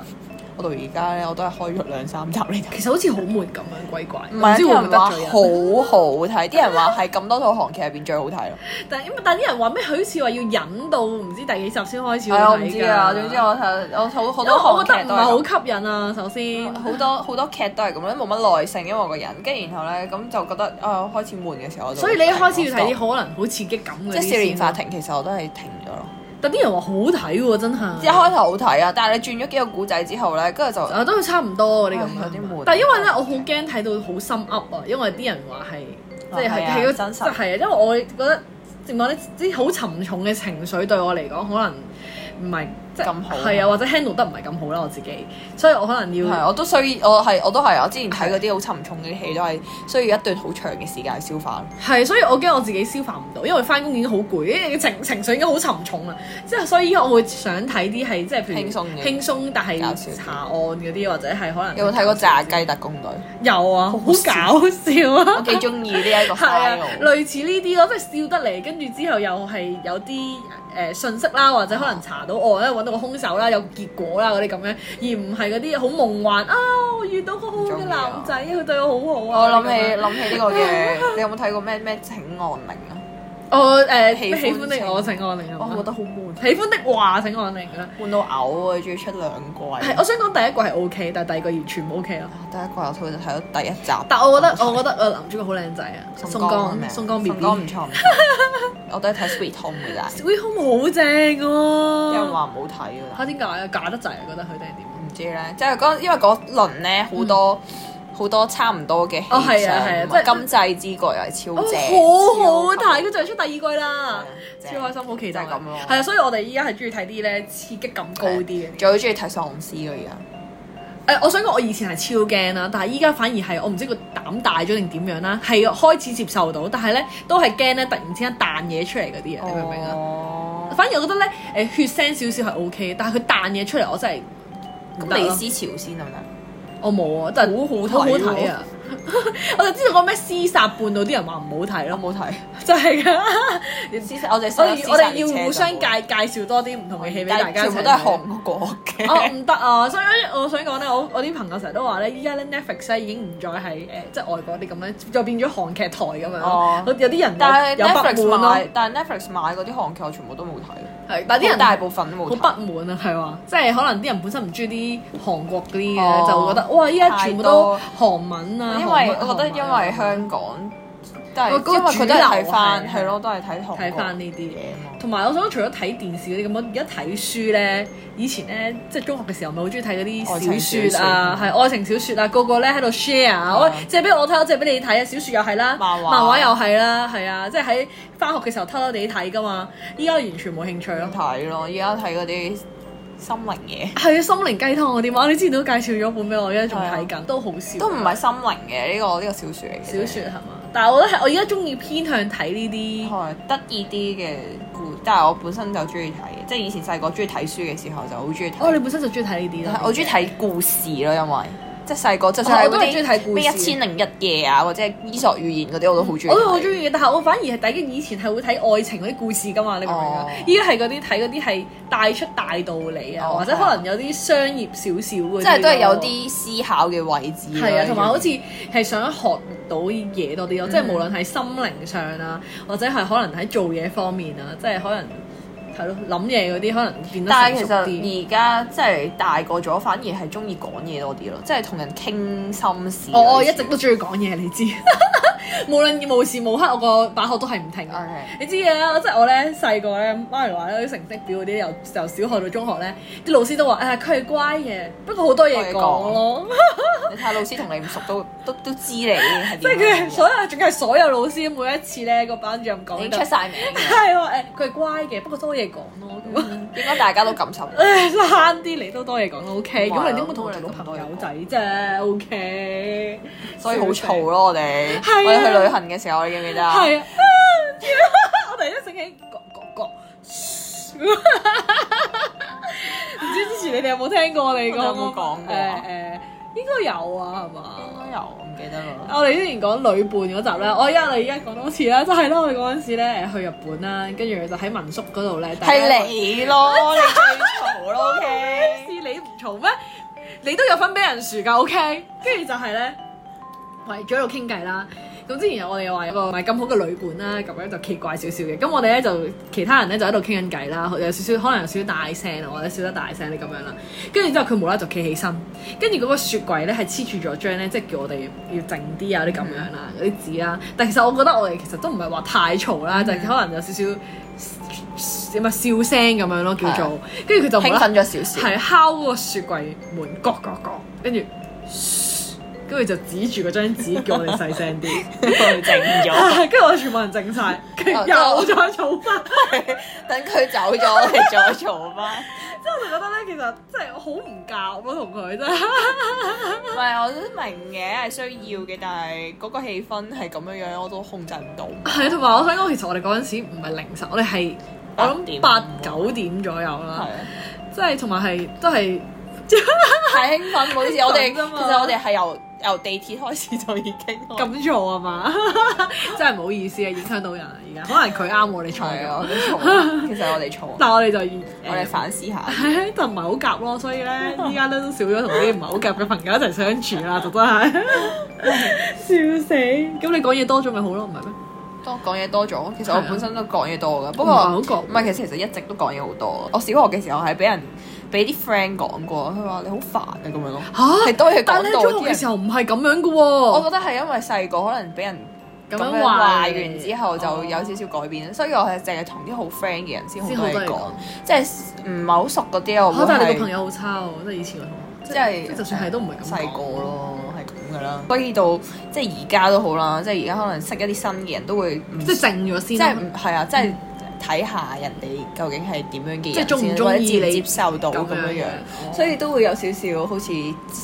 Speaker 2: 我到而家咧，我都係開咗兩三集嚟睇。
Speaker 1: 其實好似好悶咁樣，鬼怪，
Speaker 2: 唔
Speaker 1: 唔
Speaker 2: 係
Speaker 1: 知會
Speaker 2: 啲
Speaker 1: 唔會
Speaker 2: 人
Speaker 1: 得
Speaker 2: 話
Speaker 1: 罪
Speaker 2: 好
Speaker 1: 人。
Speaker 2: 好 [LAUGHS] 睇，啲人話係咁多套韓劇入邊最好睇咯。
Speaker 1: 但係因為但係啲人話咩，好似話要忍到唔知第幾集先開始
Speaker 2: 係啊，
Speaker 1: 好
Speaker 2: 我
Speaker 1: 睇
Speaker 2: 唔
Speaker 1: 㗎
Speaker 2: 知啊。總之我睇我好好
Speaker 1: 因為
Speaker 2: 多
Speaker 1: 我
Speaker 2: 韓
Speaker 1: 覺得
Speaker 2: 劇
Speaker 1: 唔
Speaker 2: 都係
Speaker 1: 係
Speaker 2: 咁
Speaker 1: 好吸引啊，首先。
Speaker 2: 好多好多劇都係咁咧，冇乜耐性，因為我個人，跟住然後咧咁就覺得啊、開始悶嘅時候我就，
Speaker 1: 所以你一開始要睇啲可能好刺激感嘅，
Speaker 2: 即係少年法。庭，其實我都係停咗咯。
Speaker 1: 但啲人話好睇喎，真係。
Speaker 2: 一開頭好睇啊，但係你轉咗幾個古仔之後咧，跟住就
Speaker 1: 啊，都差唔多嗰啲咁
Speaker 2: 哦唉有啲
Speaker 1: 樣
Speaker 2: 悶。
Speaker 1: 但係因為咧，我好驚睇到好心噏啊，因為啲人話係
Speaker 2: 啊
Speaker 1: 即係
Speaker 2: 係啊
Speaker 1: 係嗰
Speaker 2: 真實
Speaker 1: 即係係啊，因為我覺得點講咧，啲好沉重嘅情緒對我嚟講，可能唔係即係
Speaker 2: 咁好
Speaker 1: 係啊，或者 handle 得唔係咁好啦，我自己，所以我可能
Speaker 2: 係
Speaker 1: 要
Speaker 2: 我都需要，我係我都係啊，我之前睇嗰啲好沉重嘅戲都係需要一段好長嘅時間去消化。
Speaker 1: 係，所以我驚我自己消化唔到，因為翻工已經好攰， [LAUGHS] 因為情情緒已經好沉重啦，即係所以我會想睇啲係即係譬如
Speaker 2: 輕鬆嘅
Speaker 1: 輕鬆，但係
Speaker 2: 搞笑啲
Speaker 1: 查案嗰啲或者係可能
Speaker 2: 有冇睇過《炸雞特工隊》？
Speaker 1: 有啊，好搞笑啊！
Speaker 2: 我幾中意呢一
Speaker 1: [LAUGHS]
Speaker 2: 個
Speaker 1: 係啊
Speaker 2: style，。
Speaker 1: 類似呢啲咯，即係笑得嚟，跟住之後又係有啲誒、呃、信息啦，或者可能查到哦案啦，揾到個兇手啦，有結果啦嗰啲咁樣，而唔係嗰啲好夢幻啊！我遇到個好好嘅男仔，佢對我好好啊！
Speaker 2: 我諗
Speaker 1: 嗰啲咁
Speaker 2: 起
Speaker 1: 樣
Speaker 2: 諗起呢個嘅，你有冇睇過咩咩《請按鈴》啊？
Speaker 1: 我哦誒
Speaker 2: 喜
Speaker 1: 喜
Speaker 2: 歡
Speaker 1: 歡的我請安寧
Speaker 2: 我覺
Speaker 1: 啊，
Speaker 2: 得好悶，
Speaker 1: 喜歡的話請安寧啊。
Speaker 2: 悶到嘔啊！仲要出兩季。
Speaker 1: 係，我想講第一季係 O K，但係第二季完全唔 O K 啦。
Speaker 2: 第一季我睇就睇到第一集，
Speaker 1: 但哦我覺得我覺得誒男主角好靚仔啊，宋江啊宋江 B B
Speaker 2: 唔錯唔錯，我都係睇 Sweet Home 嘅啫，
Speaker 1: Sweet Home 好正啊
Speaker 2: 有人
Speaker 1: 喎。
Speaker 2: 話唔好睇㗎
Speaker 1: 嚇
Speaker 2: 啦，
Speaker 1: 點解啊？假得滯啊！覺得佢哋係點？
Speaker 2: 唔知咧，即係嗰因為嗰輪咧好多好多差唔多嘅戲
Speaker 1: 嗯哦係啊係啊即係
Speaker 2: 上，金濟之國又係
Speaker 1: 哦
Speaker 2: 超正，
Speaker 1: 好好睇，
Speaker 2: 超級
Speaker 1: 佢就係出第二季啦，
Speaker 2: 正
Speaker 1: 超開心，好期待
Speaker 2: 就係咁咯
Speaker 1: 係啊，所以我哋依家係中意睇啲咧刺激感高啲嘅。
Speaker 2: 最好中意睇喪屍啊咯而家。
Speaker 1: 誒、我想講我以前係超驚啦，但係依家反而係我唔知個膽大咗定點樣啦，係開始接受到，但係咧都係驚咧突然之間彈嘢出嚟嗰啲啊，你明唔明啊？
Speaker 2: 哦，
Speaker 1: 反而我覺得咧誒、血腥少少係 O K，但係佢彈嘢出嚟我真係唔得
Speaker 2: 咁
Speaker 1: 咯
Speaker 2: 李思潮先係咪？
Speaker 1: 我冇啊，真係
Speaker 2: 好好睇喎
Speaker 1: 好睇啊！ [LAUGHS] 我就知道個咩屍殺半島啲人話唔好睇
Speaker 2: 我
Speaker 1: 咯，
Speaker 2: 冇睇，
Speaker 1: 真係
Speaker 2: [LAUGHS]
Speaker 1: 㗎。
Speaker 2: 思我哋
Speaker 1: 我哋我哋要互相介介紹多啲唔同嘅戲俾大
Speaker 2: 但
Speaker 1: 家，啊
Speaker 2: 全部都係韓國嘅。
Speaker 1: [LAUGHS] 哦，唔得啊！所以我想講咧，我我啲朋友成日都話咧，依家咧 Netflix 咧已經唔再係誒、即係外國啲咁樣，就變咗韓劇台咁樣咯。
Speaker 2: 哦
Speaker 1: 有啲人
Speaker 2: [LAUGHS] 但係
Speaker 1: 有有不
Speaker 2: Netflix
Speaker 1: 滿咯
Speaker 2: 買，，但係 Netflix 買嗰啲韓劇我全部都冇睇，
Speaker 1: 係但係啲
Speaker 2: 好
Speaker 1: 人
Speaker 2: 大部分都冇
Speaker 1: 好
Speaker 2: 睇。
Speaker 1: 不滿啊，係話即係可能啲人本身唔中意啲韓國嗰啲
Speaker 2: 哦
Speaker 1: 嘅，就覺得哇依家全部都韓文啊，
Speaker 2: 因
Speaker 1: 韓文啊
Speaker 2: 為我覺得因為香港都係
Speaker 1: 喂嗰個
Speaker 2: 因為佢都係睇
Speaker 1: 主
Speaker 2: 翻
Speaker 1: 流係
Speaker 2: 係咯，都係睇韓
Speaker 1: 睇翻
Speaker 2: 呢
Speaker 1: 呢啲嘢。
Speaker 2: 嘢嘛。
Speaker 1: 同埋我想講除咗睇電視嗰啲咁，我而家睇書咧，以前咧即係中學嘅時候，咪好中意睇嗰
Speaker 2: 愛
Speaker 1: 啲
Speaker 2: 情
Speaker 1: 小説啊，
Speaker 2: 小
Speaker 1: 係愛情小説啊，個個咧喺度 share 啊，
Speaker 2: 係
Speaker 1: 喂
Speaker 2: 啊
Speaker 1: 借俾我睇，我借俾你睇啊，小説又係啦，
Speaker 2: 漫畫
Speaker 1: 漫畫又係啦，係啊，即係喺翻學嘅時候偷偷地睇噶嘛，依家完全冇興趣咯。
Speaker 2: 睇咯，而家睇嗰啲心靈嘢，
Speaker 1: 係啊，心靈雞湯嗰啲嘛，你之前都介紹咗本俾我，而家仲睇緊，都好笑。
Speaker 2: 嗯都唔係心靈嘅呢個呢個小説嚟嘅。
Speaker 1: 小説係嘛？但係我覺得係我而家中意偏向睇呢啲，
Speaker 2: 係得意啲嘅故，但係我本身就中意睇，即係以前細個中意睇書嘅時候就好中意睇。
Speaker 1: 哦，你本身就中意睇呢啲啦
Speaker 2: 但係。我中意睇故事咯，因為即係細個就
Speaker 1: 哦
Speaker 2: 算係
Speaker 1: 我都係中意
Speaker 2: 嗰
Speaker 1: 睇
Speaker 2: 啲
Speaker 1: 故
Speaker 2: 咩
Speaker 1: 事
Speaker 2: 一千零一夜啊，或者係伊索寓言嗰啲，我都好中意。
Speaker 1: 我都好中
Speaker 2: 意。
Speaker 1: 意嘅，但係我反而係睇緊以前係會睇愛情嗰啲故事噶嘛，你明唔明啊
Speaker 2: 哦？
Speaker 1: 依家係嗰啲睇嗰啲係帶出大道理啊，
Speaker 2: 哦
Speaker 1: 或者可能有啲商業少少嗰啲咯，
Speaker 2: 即係都係有啲啊思考嘅位置咯。
Speaker 1: 係啊，同埋好
Speaker 2: 要
Speaker 1: 似係想學到嘢多啲咯，即
Speaker 2: 嗯
Speaker 1: 係無論係心靈上啊，或者係可能喺做嘢方面啊，即係可能係咯諗嘢嗰啲可能變得
Speaker 2: 但
Speaker 1: 成
Speaker 2: 係其
Speaker 1: 熟啲。
Speaker 2: 實而家即係大個咗，反而係中意講嘢多啲咯，即係同人傾心事啊嗰啲。
Speaker 1: 我我一直都中意講嘢，你知， [LAUGHS] 無論無時無刻我個把口都係唔停嘅
Speaker 2: OK
Speaker 1: 你知嘅啦，即係我咧細個咧，媽咪話咧啲成績表嗰啲，由由小學到中學咧，啲老師都話誒佢係乖嘅，不過好多嘢講
Speaker 2: 哦
Speaker 1: 咯，
Speaker 2: 你睇下老師同你唔熟都都都知你係
Speaker 1: [LAUGHS] 即係
Speaker 2: 點
Speaker 1: 佢係
Speaker 2: 樣
Speaker 1: 所
Speaker 2: 嘅。
Speaker 1: 有仲係所有老師每一次咧個班主任
Speaker 2: 你已
Speaker 1: 講
Speaker 2: 經 [LAUGHS]
Speaker 1: 就
Speaker 2: 出晒名嘅，
Speaker 1: 係話誒佢係乖嘅，不過多嘢講咯咁。啊
Speaker 2: 應該大家都感受到。
Speaker 1: 誒慳啲嚟都多嘢講咯，OK。
Speaker 2: 唔係咯
Speaker 1: 咁你點會同我做到朋友仔啫？OK，
Speaker 2: 所以好嘈。啊咯，我哋
Speaker 1: 係啊
Speaker 2: 我哋去旅行嘅時候，你記唔記得啊？
Speaker 1: 係啊， [LAUGHS] 我突然間醒起，講講 [LAUGHS] 講。唔知之前你哋有冇聽過我哋講？
Speaker 2: 我哋有冇講過
Speaker 1: 誒
Speaker 2: 啊
Speaker 1: 誒，應該有啊，係嘛？
Speaker 2: 應該有，我唔記得啦。
Speaker 1: 我哋之前講女伴嗰集咧，我而家我哋而家講多次啦，就係啦，我哋嗰陣時咧誒去日本啦，跟住就喺民宿嗰度咧，大家
Speaker 2: 係你咯，你最嘈咯，OK。
Speaker 1: 是你唔嘈咩？你都有份俾人樹㗎，OK？跟住就係咧，圍住喺度傾偈啦。咁之前我哋又話有個唔係咁好嘅旅館啦，咁樣就奇怪少少嘅。咁我哋咧就其他人咧就喺度傾緊偈啦，有少少可能有少少大聲啊，或者笑得大聲啲咁樣啦。跟住之後佢無啦啦就企起身，跟住嗰個雪櫃咧係黐住咗張咧，即係叫我哋要靜啲啊啲咁樣啦，嗰啲紙啦。但其實我覺得我哋其實都唔係話太嘈啦，就係可能有少少點啊笑聲咁樣咯，叫做。跟住佢就無
Speaker 2: [LAUGHS] 興
Speaker 1: 啦
Speaker 2: 奮咗少少，
Speaker 1: 係敲嗰個雪櫃門，咯咯咯，跟住，跟住就指住嗰張紙叫我哋細聲 [LAUGHS] 啲，
Speaker 2: 佢靜
Speaker 1: [LAUGHS]
Speaker 2: 咗，
Speaker 1: 跟住我哋全部人靜晒，跟住
Speaker 2: 哦
Speaker 1: 又再嘈翻，
Speaker 2: 等佢走咗，我哋再嘈翻。
Speaker 1: 即係我就覺得咧，其實真係好唔夾咯，同佢真係。
Speaker 2: [LAUGHS] 唔係，我都明嘅，係需要嘅，但係嗰個氣氛係咁樣樣，我都控制唔到。
Speaker 1: [LAUGHS] 係啊，同埋我想講，其實我哋嗰陣時唔係凌晨，我哋係我
Speaker 2: 八
Speaker 1: 諗
Speaker 2: 點
Speaker 1: 八九點左右啦
Speaker 2: 係，
Speaker 1: 即係同埋係都係
Speaker 2: 太興奮，唔好意思，我哋
Speaker 1: 咁
Speaker 2: 其
Speaker 1: 啫嘛
Speaker 2: 實我哋係由由地鐵開始就已經開
Speaker 1: 咁嘈啊嘛， [LAUGHS] 真係唔好意思啊，影響到人啊而家，可能佢啱我哋嘈
Speaker 2: 係啊，
Speaker 1: 咗，
Speaker 2: 我哋嘈， [LAUGHS] 其實我哋嘈，啊
Speaker 1: 但係我哋就誒
Speaker 2: 我哋反思下。
Speaker 1: [LAUGHS] 係就唔係好夾咯，所
Speaker 2: [LAUGHS]
Speaker 1: 以咧依家咧都少咗同啲唔係好夾嘅朋友一齊
Speaker 2: [LAUGHS]
Speaker 1: 相處啦，就真係笑死！咁你講嘢多咗咪好咯，唔係咩？
Speaker 2: 多講嘢多咗，其實我
Speaker 1: 係啊
Speaker 2: 本身都講嘢多㗎，不
Speaker 1: 唔係好
Speaker 2: 過
Speaker 1: 覺
Speaker 2: 唔係，其實其實一直都講嘢好多。我小學嘅時候係俾人俾啲 friend 講過，佢話你好煩啊咁樣 [LAUGHS] 咯，
Speaker 1: 嚇
Speaker 2: 係多嘢
Speaker 1: 但係
Speaker 2: 講
Speaker 1: 咧，
Speaker 2: 到
Speaker 1: 中學
Speaker 2: 啲
Speaker 1: 嘅
Speaker 2: 人。
Speaker 1: 時候唔係咁樣嘅
Speaker 2: 我
Speaker 1: 喎，
Speaker 2: 覺得係因為細個可能俾人
Speaker 1: 咁
Speaker 2: 咁樣
Speaker 1: 樣
Speaker 2: 話
Speaker 1: 話
Speaker 2: 完之後就有少
Speaker 1: 少
Speaker 2: 少改變，所以我係淨係同啲好 friend 嘅人先好
Speaker 1: 先
Speaker 2: 多
Speaker 1: 好多
Speaker 2: 嘢
Speaker 1: 嘢
Speaker 2: 講
Speaker 1: 講，。
Speaker 2: 即係唔係好熟嗰啲我
Speaker 1: 嚇！但係你個朋
Speaker 2: 友
Speaker 1: 友好差喎，即係以前嘅同學，
Speaker 2: 即係
Speaker 1: 即係就算係都唔係咁
Speaker 2: 細
Speaker 1: 講
Speaker 2: 個。咯，係咁噶啦。所以到即係而家都好啦，即係而家可能識一啲新嘅人都會唔
Speaker 1: 即係靜咗
Speaker 2: 即
Speaker 1: 先啦，嗯
Speaker 2: 係唔係啊，即係睇下人哋究竟係點樣嘅人
Speaker 1: 即係中唔
Speaker 2: 先
Speaker 1: 中
Speaker 2: 或者
Speaker 1: 意
Speaker 2: 接唔
Speaker 1: 你
Speaker 2: 接受到咁
Speaker 1: 咁
Speaker 2: 樣
Speaker 1: 樣哦
Speaker 2: 樣
Speaker 1: 樣，
Speaker 2: 所以都會有少少好似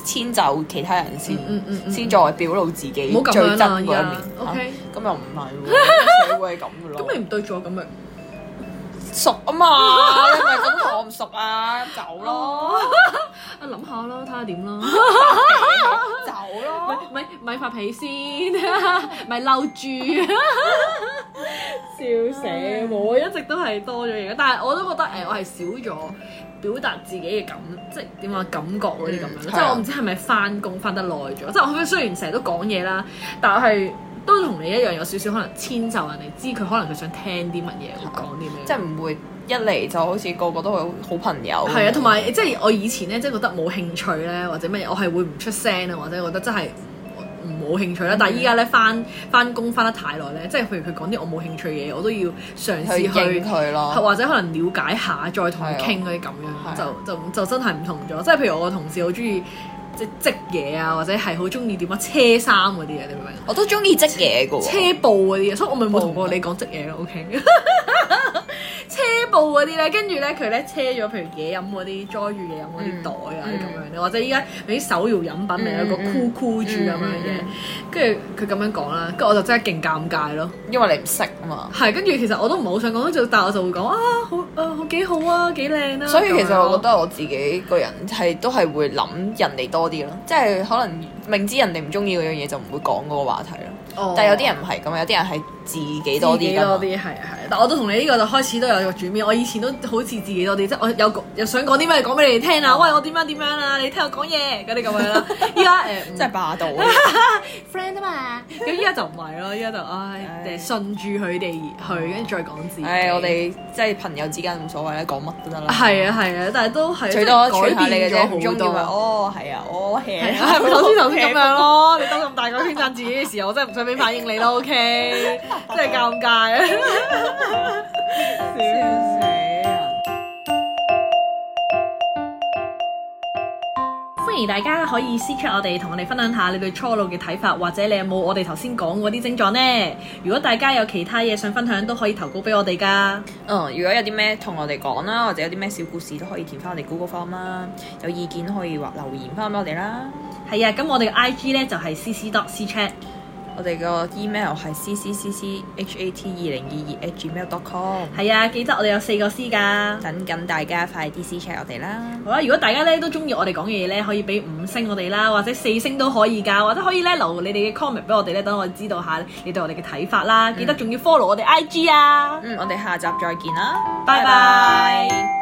Speaker 2: 遷就其他人先
Speaker 1: 嗯嗯嗯，嗯
Speaker 2: 先再表露自己最
Speaker 1: 唔好咁樣
Speaker 2: 真嗰
Speaker 1: 啦
Speaker 2: 一
Speaker 1: 依
Speaker 2: 面
Speaker 1: 家。，OK
Speaker 2: 啊咁又唔係喎，社會係咁噶咯。
Speaker 1: 咁你唔對住我咁咪
Speaker 2: 熟啊嘛，你咪咁同我唔熟
Speaker 1: [LAUGHS]
Speaker 2: 啊，咁走咯，
Speaker 1: 啊諗下咯，睇下點咯，
Speaker 2: 走咯。
Speaker 1: 咪咪發脾先， [LAUGHS] 咪嬲住， [LAUGHS] 笑死！我一直都係多咗嘢，但係我都覺得
Speaker 2: 嗯
Speaker 1: 誒，我係少咗表達自己嘅感，即係點話感覺嗰啲咁樣，
Speaker 2: 嗯
Speaker 1: 即
Speaker 2: 係啊
Speaker 1: 係我唔知係咪翻工翻得耐咗，即係我雖然成日都講嘢啦，但係都同你一樣有少少可能遷就人哋，知佢可能佢想聽啲乜嘢，會講啲咩。
Speaker 2: 即係唔會一嚟就好似個個都係好朋友咁樣。
Speaker 1: 係啊，同埋即係我以前咧，即係覺得冇興趣咧，或者咩，我係會唔出聲啊，或者我覺得真係唔冇興趣啦。
Speaker 2: 嗯
Speaker 1: 但係依家咧翻翻工翻得太耐咧，即係譬如佢講啲我冇興趣嘅嘢，我都要嘗試
Speaker 2: 去
Speaker 1: 去啊
Speaker 2: 應。佢咯。
Speaker 1: 或者可能了解下，再同佢
Speaker 2: 係啊
Speaker 1: 傾嗰啲咁
Speaker 2: 係啊
Speaker 1: 樣，就就就真係唔同咗。即係譬如我個同事好中意即係織嘢啊，或者係好中意點啊車衫嗰啲嘢，你明唔明？
Speaker 2: 我都中意織嘢嘅喎，
Speaker 1: 車布嗰啲嘢，啊所以我咪冇同過你講織嘢咯，OK？車布嗰啲咧，跟住咧佢咧車咗，譬如嘢飲嗰啲，裝住嘢飲嗰啲袋啊
Speaker 2: 嗯
Speaker 1: 咁樣咧，或者依家有啲手搖飲品啊咪有個
Speaker 2: 嗯嗯
Speaker 1: 箍箍住咁樣
Speaker 2: 嗯嗯
Speaker 1: 嘅
Speaker 2: 嗯，
Speaker 1: 跟住佢咁樣講啦，跟住我就真係勁尷尬咯。
Speaker 2: 因為你唔識啊嘛。
Speaker 1: 係，跟住其實我都唔係好想講，跟住但係我就會講啊，好啊，好幾好啊，幾靚啊。
Speaker 2: 所以其實我覺
Speaker 1: 得。
Speaker 2: 得我自己個人係都係會諗人哋多啲咯，即係可能明知人哋唔中意嗰樣嘢就唔會講嗰個話題咯。
Speaker 1: 哦
Speaker 2: 但係有啲人唔係咁，有啲人係自己多
Speaker 1: 自己
Speaker 2: 啲㗎
Speaker 1: 多
Speaker 2: 嘛。
Speaker 1: 啲係啊係啊，但我都同你呢個就開始都有個轉變。我以前都好似自己多啲，即係我有個又想講啲咩講俾你哋聽
Speaker 2: 哦
Speaker 1: 啊，喂我點樣點樣啊，你聽我講嘢嗰啲咁
Speaker 2: [LAUGHS]
Speaker 1: 樣啦。依家誒
Speaker 2: 即
Speaker 1: [LAUGHS]
Speaker 2: 係霸道啊，
Speaker 1: friend 啊嘛，咁依家就唔係咯，依家就唉
Speaker 2: 唉哦
Speaker 1: 誒順住佢哋去，跟住再講自己。
Speaker 2: 唉，我哋即係朋友之間冇所謂啦，講乜都得啦。
Speaker 1: 係啊係啊，但係都係
Speaker 2: 最多
Speaker 1: 即係
Speaker 2: 取下你嘅啫，唔
Speaker 1: 改變
Speaker 2: 中意
Speaker 1: 咗 [LAUGHS]
Speaker 2: 咪
Speaker 1: 好多。
Speaker 2: 哦係啊，哦 hea
Speaker 1: 係
Speaker 2: 啊
Speaker 1: 啊，咪頭先頭先咁樣咯，你兜咁大個圈讚自己嘅時候，我真係唔想俾反應你咯，OK？真係
Speaker 2: [LAUGHS]
Speaker 1: 尷尬啊！
Speaker 2: 笑死啊人！
Speaker 1: 歡迎大家可以私 chat 我哋，同我哋分享下你對初老嘅睇法，或者你有冇我哋頭先講嗰啲症狀呢？如果大家有其他嘢想分享，都可以投稿俾我哋噶。
Speaker 2: 嗯，如果有啲咩同我哋講啦，或者有啲咩小故事都可以填翻我哋 Google Form 啦，有意見可以話留言翻俾我哋啦。
Speaker 1: 係啊，咁我哋嘅 I G 呢，就係 c c dot c chat。
Speaker 2: 我哋個 email 係 c c c c h a t e 二零二二 at gmail dot com，
Speaker 1: 係啊，記得我哋有四個 C 噶。
Speaker 2: 等緊大家快啲私 check 我哋啦。
Speaker 1: 好啊啦，如果大家咧都中意我哋講嘅嘢咧，可以俾五星我哋啦，或者四星都可以㗎，或者可以咧留你哋嘅 comment 俾我哋咧，等我知道下你對我哋嘅睇法啦。記得仲要 follow 我哋 IG 啊！
Speaker 2: 嗯，我哋下集再見啦，
Speaker 1: 拜拜